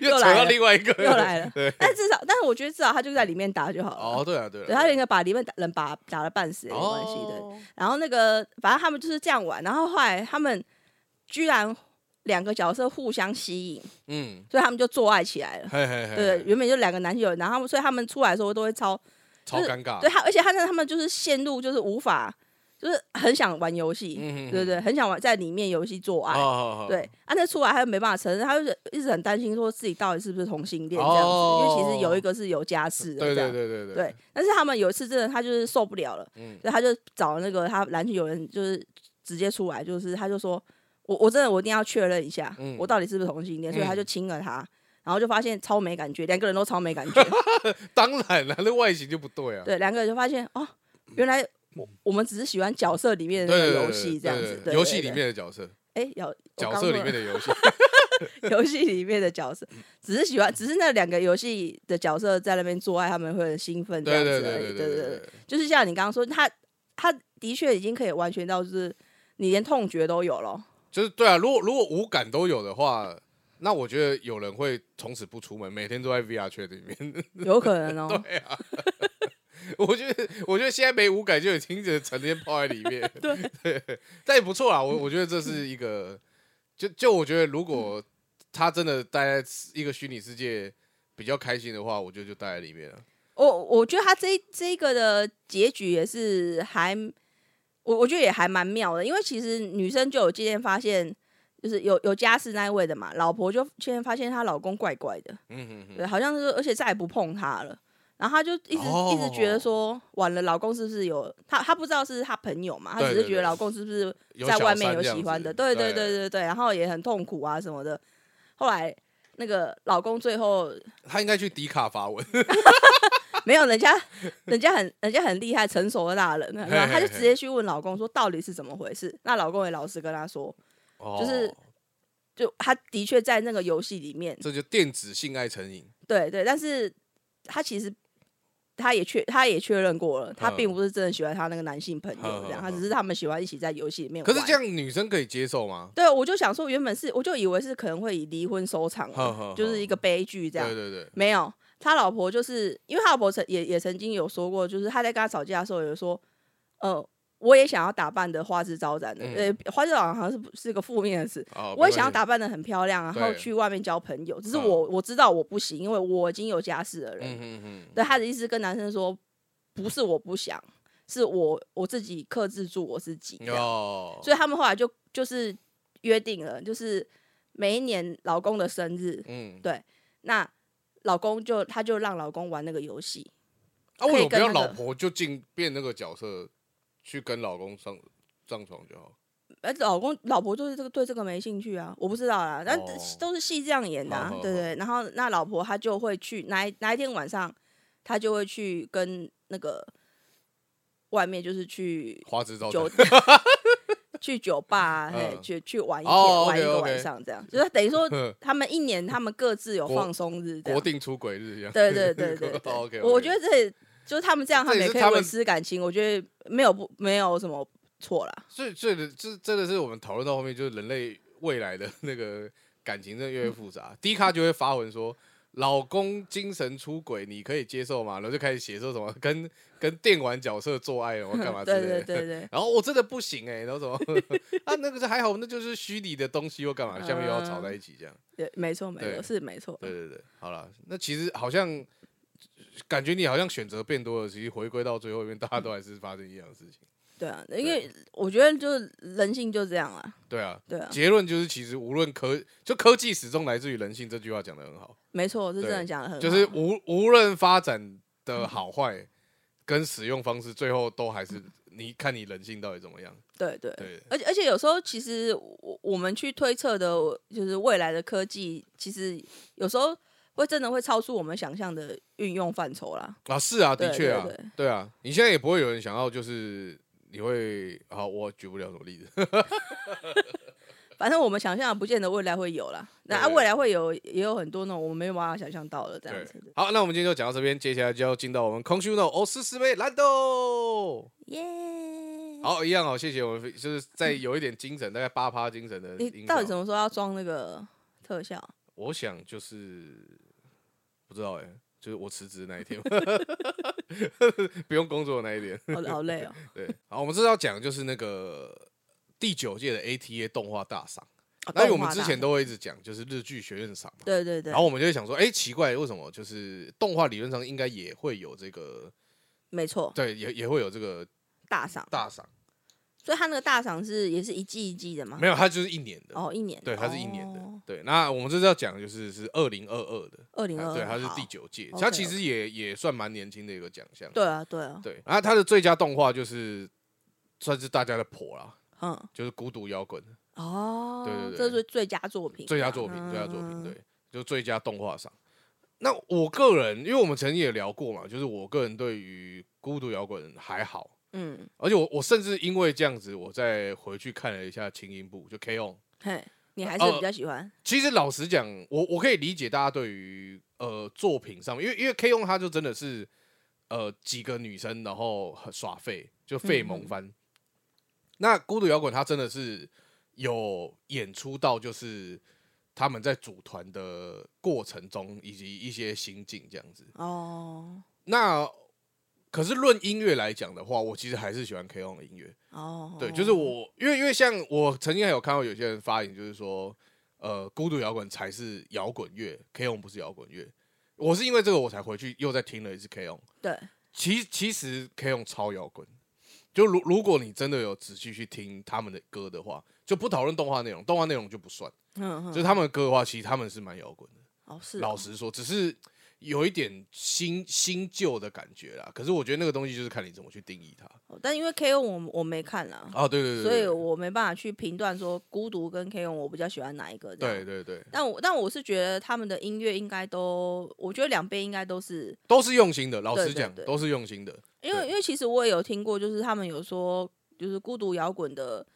又扯
又来
到
了
另外一个，
又来了
对，
但至少，但是我觉得至少他就在里面打就好了。
哦，对啊，对啊，
对，他应该把里面打人把打了半死也没关系的。
哦
然后那个，反正他们就是这样玩。然后后来他们居然两个角色互相吸引，
嗯，
所以他们就做爱起来了。
嘿嘿嘿，
对，，原本就两个男性友人，然后他们所以他们出来的时候都会超
超
就是
尴尬，
对他，而且他呢，他们就是陷入就是无法，就是很想玩游戏，
嗯，嗯
对对，，很想玩在里面游戏做
哦
爱。
好，好
对，，啊，那出来他又没办法承认，他就是一直很担心说自己到底是不是同性恋这样子，因为其实有一个是有家室的，
哦对
这样
对对对对
对，，但是他们有一次真的他就是受不了了，
嗯
所以他就找那个他篮球友人，就是直接出来，就是他就说，我我真的我一定要确认一下，
嗯
我到底是不是同性恋，所
嗯
以他就亲了他，然后就发现超没感觉，两个人都超没感 觉，
当然了，那外形就不对啊，
对，两个人就发现哦，原来我我们只是喜欢角色里面的
对
那
对
个
对
游戏
对
这样
对
子
对，
对
游戏
对
里
对
面的角色，
哎，有
角色里面的游戏，
的游戏里面的角色，
嗯
只是喜欢，只是那两个游戏的角色在那边做爱，他们会很兴 奋这样
对
子
对
而
对
已，
对
对
对，
就是像你刚刚说，他他的确已经可以完全到，就是你连痛觉都有 了。
就是对啊，如果如果五感都有的话。那我觉得有人会从此不出门，每天都在 VR 圈里面。
有可能哦、
啊 我觉得，我觉得现在没五感就已经只能成天泡在里面。
对
但也不错啦，啊我我觉得这是一个，就就我觉得如果他真的待在一个虚拟世界比较开心的话，我觉得就待在里面啊了。
我我觉得他这一这一个的结局也是还，我我觉得也还蛮妙的，因为其实女生就有渐渐发现，就是有有家室那一位的嘛，老婆就渐渐发现她老公怪怪的，
嗯嗯
对，好像是而且再也不碰她了。然后她就一直、
哦
一直觉得说，完了，老公是不是有她？她不知道是她朋友嘛，她
对
只是
对
觉得
对
老公是不是
有
在
小
外面
三
有
这样
喜欢
子
的，对对对
对，
对对，然后也很痛苦啊什么的。后来那个老公最后
他应该去迪卡发文，
没有人家，人家很人家很厉害，成熟的大人，
嘿
然后他就
嘿
直接去问老公说到底是怎么回事。那老公也老实跟他说， 就是
哦
就他的确在那个游戏里面，
这就电子性爱成瘾。
对对，但是他其实他也确他也确认过了，他
嗯
并不是真的喜欢他那个男性朋
嗯
友这样，
嗯
他
嗯
只是他们喜欢一起在游戏里面
可
玩。
是这样女生可以接受吗？
对，我就想说，原本是我就以为是可能会以离婚收场了，
哼哼
就是
哼
一个悲剧这样
对。对对，
没有，他老婆就是因为他老婆曾也也曾经有说过，就是他在跟他吵架的时候有说，呃，我也想要打扮的花枝招展的，
嗯
呃，花枝招展好像是不是个负面的词。
哦，
我
没
也想
关
要
系，
打扮的很漂亮，然后
对
去外面交朋友。只是
嗯
我我知道我不行，因为我已经有家室的人。
嗯嗯嗯，
对他的意思跟男生说，不是我不想，是我我自己克制住我自己这样。
哦，
所以他们后来就就是约定了，就是每一年老公的生日，
嗯，
对，那老公就他就让老公玩那个游戏，
啊，为什么不
可以
要
跟那
老
个
婆就进变那个角色去跟老公上上床就好？
哎，老公老婆就是这个对这个没兴趣啊，我不知道啦，但
哦
都是戏这样演的、啊，
好好
对不对？然后那老婆她就会去哪一哪一天晚上，她就会去跟那个外面就是去
花枝招展
酒 去酒吧、啊，嘿
哦嗯
去去玩一天、
哦
玩一个
OK，OK
晚上，这样就是等 于说
呵
他们一年他们各自有
国
放松日，这
国
样。
定出轨日一 样。
啊对对对对对
OK，
我觉得这也就是他们这样，
哦这
他们
也
也
是
可以
他们
维持感情，我觉得没有不没有什么错啦。
所以所以这真的是我们讨论到后面，就是人类未来的那个感情真的越来越复杂。低咖就会发文说。老公精神出轨，你可以接受吗？然后就开始写说什么跟跟电玩角色做爱了，我干啊嘛之类
对
的。
对 对对，
然后我真的不行哎、然后什么 啊，那个是还好，那就是虚拟的东西，又干嘛？下面又要吵在一起这样。
对，没错没
对
错是没错。
对对对，好了，那其实好像感觉你好像选择变多了，其实回归到最后面，大家都还是发生一样的事情。
对啊，因为我觉得就是人性就这样啊，
对啊，
对啊，
结论就是其实无论科就科技始终来自于人性，这句话讲的很好，
没错，这
对
真的讲的很好，
就是无无论发展的好坏跟使用方式，最后都还是你看你人性到底怎么样。
对嗯对。
对，
而且而且有时候，其实我我们去推测的，就是未来的科技，其实有时候会真的会超出我们想象的运用范畴啦。
啊，是啊，的
对
确
对
啊，
对
对啊，你现在也不会有人想要，就是你会好，我举不了什么例子，
反正我们想象的不见得未来会有啦。那、啊、
对
未来会有，也有很多那种我们没有办法想象到的这样
对
子的。，
好，那我们今天就讲到这边，接下来就要进到我们空虚 no 哦，四十杯蓝豆，
耶、
好，一样哦，谢谢我们，就是在有一点精神，大概八趴精神的音效，
你到底什么时候要装那个特效？
我想就是不知道哎、就是我辞职那一天， 不用工作的那一天。
好好累哦。
对，好，我们这次要讲的就是那个第九届的 ATA 动画大赏。
哦
那因为我
动
们
画
之
大
前
赏
都会一直讲，就是日剧学院赏嘛。
对对对
然，后我们就会想说，哎、奇怪，为什么就是动画理论上应该也会有这个，
没错，
对，也也会有这个
大赏。
大赏？
所以他那个大赏是也是一季一季的吗
没？有，它就是一年的，
啊哦，一年。
对，它是一年的。
哦
对，那我们这次要讲的就是是二零二二的，
二零二
啊
二，
对，它是
好
第九届，
OK，
它其实也也算蛮年轻的一个奖项。
对啊，对啊，
对，然后它的最佳动画就是算是大家的婆啦，
嗯，
就是孤独摇滚
哦，
对对对
这是最佳作品，
最佳作品，
嗯
最佳作品，对，，就最佳动画赏。那我个人，因为我们曾经也聊过嘛，就是我个人对于孤独摇滚还好，
嗯，
而且我我甚至因为这样子，我再回去看了一下轻音部，就 K O。
嘿，你
呃
还是比较喜欢，
其实老实讲，我我可以理解大家对于呃作品上面，因为因为 K O 他就真的是呃几个女生，然后很耍废，就废萌番。那孤独摇滚他真的是有演出到，就是他们在组团的过程中，以及一些心境这样子。
哦，
那可是论音乐来讲的话，我其实还是喜欢 K O 的音乐。
哦，
对，就是，我，因为因为像我曾经还有看到有些人发言，就是说，呃，孤独摇滚才是摇滚乐，K O 不是摇滚乐。我是因为这个我才回去又再听了一次 K O。
对，
其其实 K O 超摇滚，就如如果你真的有仔细去听他们的歌的话，就不讨论动画内容，动画内容就不算。
嗯，
就是
嗯，
他们的歌的话，其实他们是蛮摇滚的。
哦，是哦，
老实说，只是有一点新新旧的感觉啦。可是我觉得那个东西就是看你怎么去定义它。
哦但因为 KO 我我没看啦，
哦，对对对对，
嗯所以我没办法去评断说孤独跟 KO 我比较喜欢哪一个，这样
对。对对，
但我但我是觉得他们的音乐应该都，我觉得两边应该都是，
都是用心的，老实
对对
讲，
对
都是用心的。
因为
对
因为其实我也有听过，就是他们有说，就是孤独摇滚的，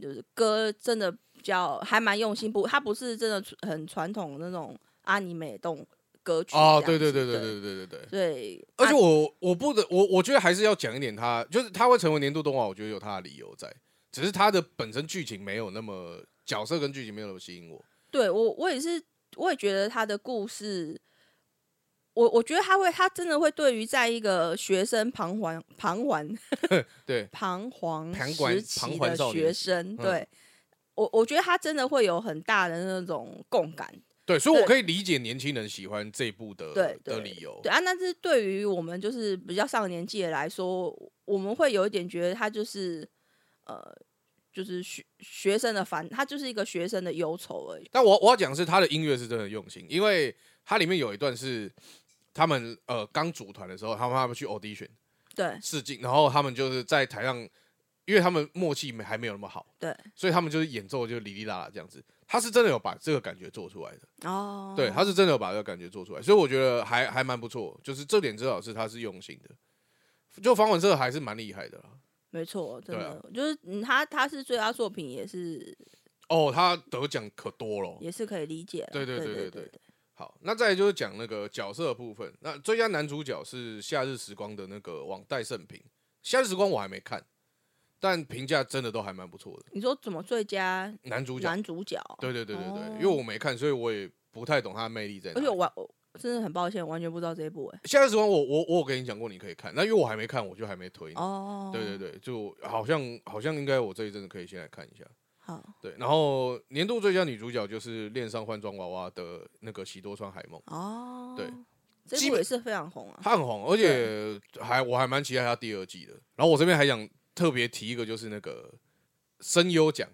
就是歌真的比较还蛮用心，不，它不是真的很传统的那种阿尼美动歌曲
哦，
这
对对
样子
对对
对
对对对对。
对，
而且
啊
我我不得我我觉得还是要讲一点它，就是它会成为年度动画，我觉得有它的理由在，只是它的本身剧情没有那么角色跟剧情没有那么吸引我。
对我我也是，我也觉得他的故事。我我觉得他会，他真的会对于在一个学生彷徨、彷徨、
对，
彷徨
彷徨
时期
彷徨
的
少
学
年
生，
嗯
对我我觉得他真的会有很大的那种共感，
对，所以
对
我可以理解年轻人喜欢这一部的
对
的
对
理由。
对啊。但是对于我们就是比较上年纪的来说，我们会有一点觉得他就是呃，就是学学生的烦，他就是一个学生的忧愁而已。
但我我要讲的是他的音乐是真的用心，因为它里面有一段是他们呃刚组团的时候，他们他们去 audition，
对
试镜，然后他们就是在台上因为他们默契没还没有那么好，
对，
所以他们就是演奏就哩哩啦啦这样子。他是真的有把这个感觉做出来的，
哦，
对，他是真的有把这个感觉做出来，所以我觉得还还蛮不错，就是这点至少是他是用心的。就方文社还是蛮厉害的啦。
没错，真
对
的，
啊
就是嗯，他他是最佳作品，也是
哦，他得奖可多了。
也是可以理解啦。
对对
对
对对
对
对好，那再来就是讲那个角色的部分。那最佳男主角是《夏日时光》的那个网代盛平，《夏日时光》我还没看，但评价真的都还蛮不错的。
你说怎么最佳
男主角，
男主角？
对对对对对，
哦
因为我没看，所以我也不太懂他的魅力在哪
而
里
且。我完，我真的很抱歉，完全不知道这一部哎、
《夏日时光》我我我有跟你讲过，你可以看，那因为我还没看，我就还没推你。
哦，
对对
对，
对，就好像好像应该我这一阵子可以先来看一下。
好
对，然后年度最佳女主角就是《恋上换装娃娃》的那个喜多川海梦，
哦，
对，
这
基
一部
本
也是非常红啊。
她很红，而且还我还蛮期待她第二季的。然后我这边还想特别提一个，就是那个声优奖，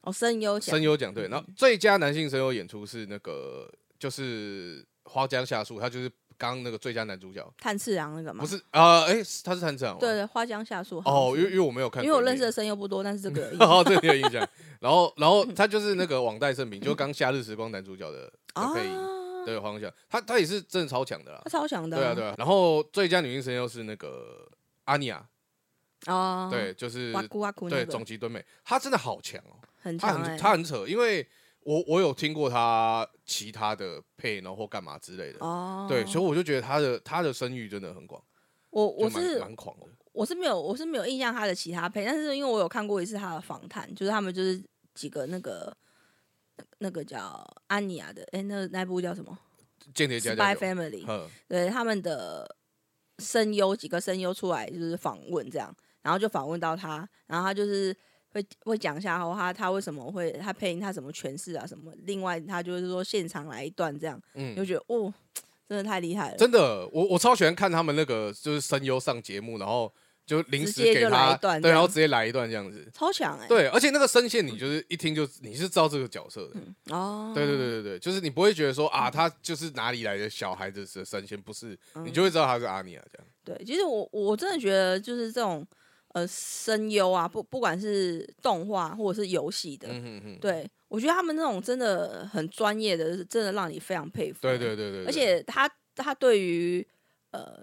哦，声优奖
声优奖对，然后最佳男性声优演出是那个就是花江夏树，他就是刚刚那个最佳男主角，
炭次郎那个嘛，
不是啊？哎、他是炭治郎吗
嗯对对，花江夏树
哦，因为
因
因为我没有看，
因为我认识的声优不多，但是 这个有印象
哦，对你有印 象。然后，然
嗯
后他就是那个网代盛平，就是刚《夏日时光》男主角的的
啊，
配音，对黄晓，他他也是真的超强的啦
他。超强的，
对啊，对啊。然后最佳女性声优是那个阿尼亚，
啊，哦，
对，就是
哇咕哇咕
对
那
总
个
崎敦美，她真的好强哦，
很
她
强哎
很，她很扯，因为我我有听过她其他的配，然后干嘛之类的，
哦，
对，所以我就觉得她的她的声誉真的很广，
我
就
我
蛮
是
蛮狂的。
我是没有，我是没有印象他的其他配，但是因为我有看过一次他的访谈，就是他们就是几个那个那那个叫安妮亚的，哎、那那部叫什么
间谍家家
？Spy
酒，
Family，
嗯，
对他们的声优几个声优出来就是访问这样，然后就访问到他，然后他就是会会讲一下哦，他他为什么会他配音他怎么诠释啊什么，另外他就是说现场来一段这样，
嗯
你就觉得哦，真的太厉害了，
真的，我我超喜欢看他们那个就是声优上节目，然后就临时
直接
给
就来
他
一段这
对，
样
然后直接来一段这样子。
超强哎、
对，而且那个声线你就是一听就你是知道这个角色的，
哦，
对对对对对，就是你不会觉得说啊，他就是哪里来的小孩子的声线，不是，
嗯
你就会知道他是阿尼亚这样。
对，其实我我真的觉得就是这种呃声优啊，不不管是动画或者是游戏的，
嗯哼哼，
对我觉得他们那种真的很专业的，真的让你非常佩服。
对对对对，对
而且他他对于呃，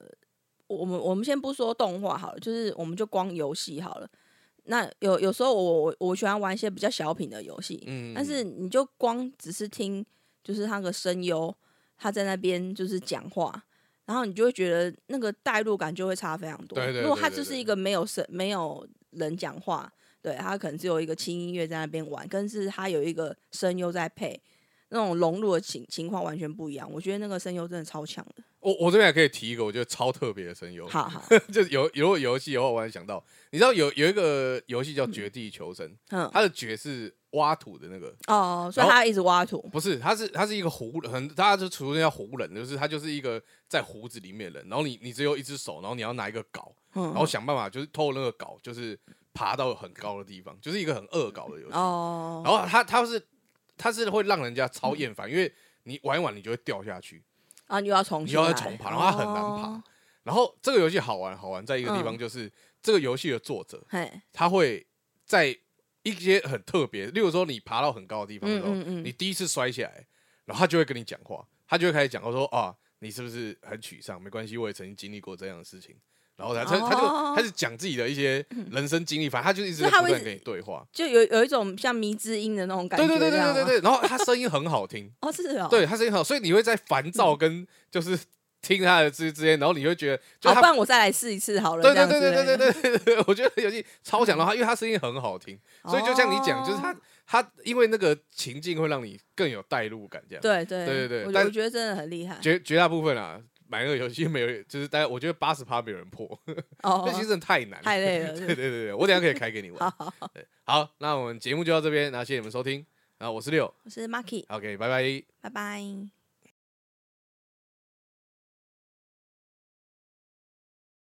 我们我们先不说动画好了，就是我们就光游戏好了。那有有时候我我我喜欢玩一些比较小品的游戏，
嗯
但是你就光只是听，就是他个声优，他在那边就是讲话，然后你就会觉得那个代入感就会差非常多。
对对对
如果他
对
就是
对
一个没有声、没有人讲话，对他可能只有一个轻音乐在那边玩，跟是他有一个声优在配，那种融入的情情况完全不一样。我觉得那个声优真的超强的。
我我这边还可以提一个我觉得超特别的声优，
好好，
就有有个游戏的话，我还想到，你知道有有一个游戏叫《绝地求生》，
嗯，
它的绝是挖土的那个，
哦，所以
然后
他一直挖土，
不是，他是他是一个湖人，很大家就俗称叫湖人，就是他就是一个在胡子里面的人，然后你你只有一只手，然后你要拿一个镐，
嗯
然，后想办法就是透过那个镐，就是爬到很高的地方，就是一个很恶搞的游戏。
哦，
然后他他是他是会让人家超厌烦，因为你玩一玩你就会掉下去，
啊，你又要重
你
新
又要
来，
再重爬，然后它很难
哦嗯
爬。然后这个游戏好玩，好玩在一个地方就是、这个游戏的作者
嘿，
他会在一些很特别，例如说你爬到很高的地方的时候，
嗯嗯嗯
你第一次摔下来，然后他就会跟你讲话，他就会开始讲话说啊，你是不是很沮丧？没关系，我也曾经经历过这样的事情。然后他他、他
哦嗯
就开始讲自己的一些人生经历，反正他就一直在
那他
不
会
断地跟你对话。
就有有一种像迷之音的那种感
对
觉，
对对
这
对
样
对
吗
对对，然后他声音很好听，
哦，是 哦，嗯
对他声音很好，所以你会在烦躁跟就是 听他的之之间，然后你会觉得就
好，
他
不然我再来试一次好了。
对
这
对
样
对
之类
对
的
对对对对，我觉得游戏超强的话，因为他声音很好听，所以就像你讲，就是他
哦
他因为那个情境会让你更有代入感，这样。
对对
对对对
我觉
但
我觉得真的很厉害
绝绝大部分啊，买那个游戏没有，就是大概我觉得八十趴没有人破，
哦
这，其实真的太难了，
太累了
对对对对，我等一下可以开给你玩。
好，
好，那我们节目就到这边，那谢谢你们收听，然后我是六
我是 Marky，
，OK，拜拜。
拜拜。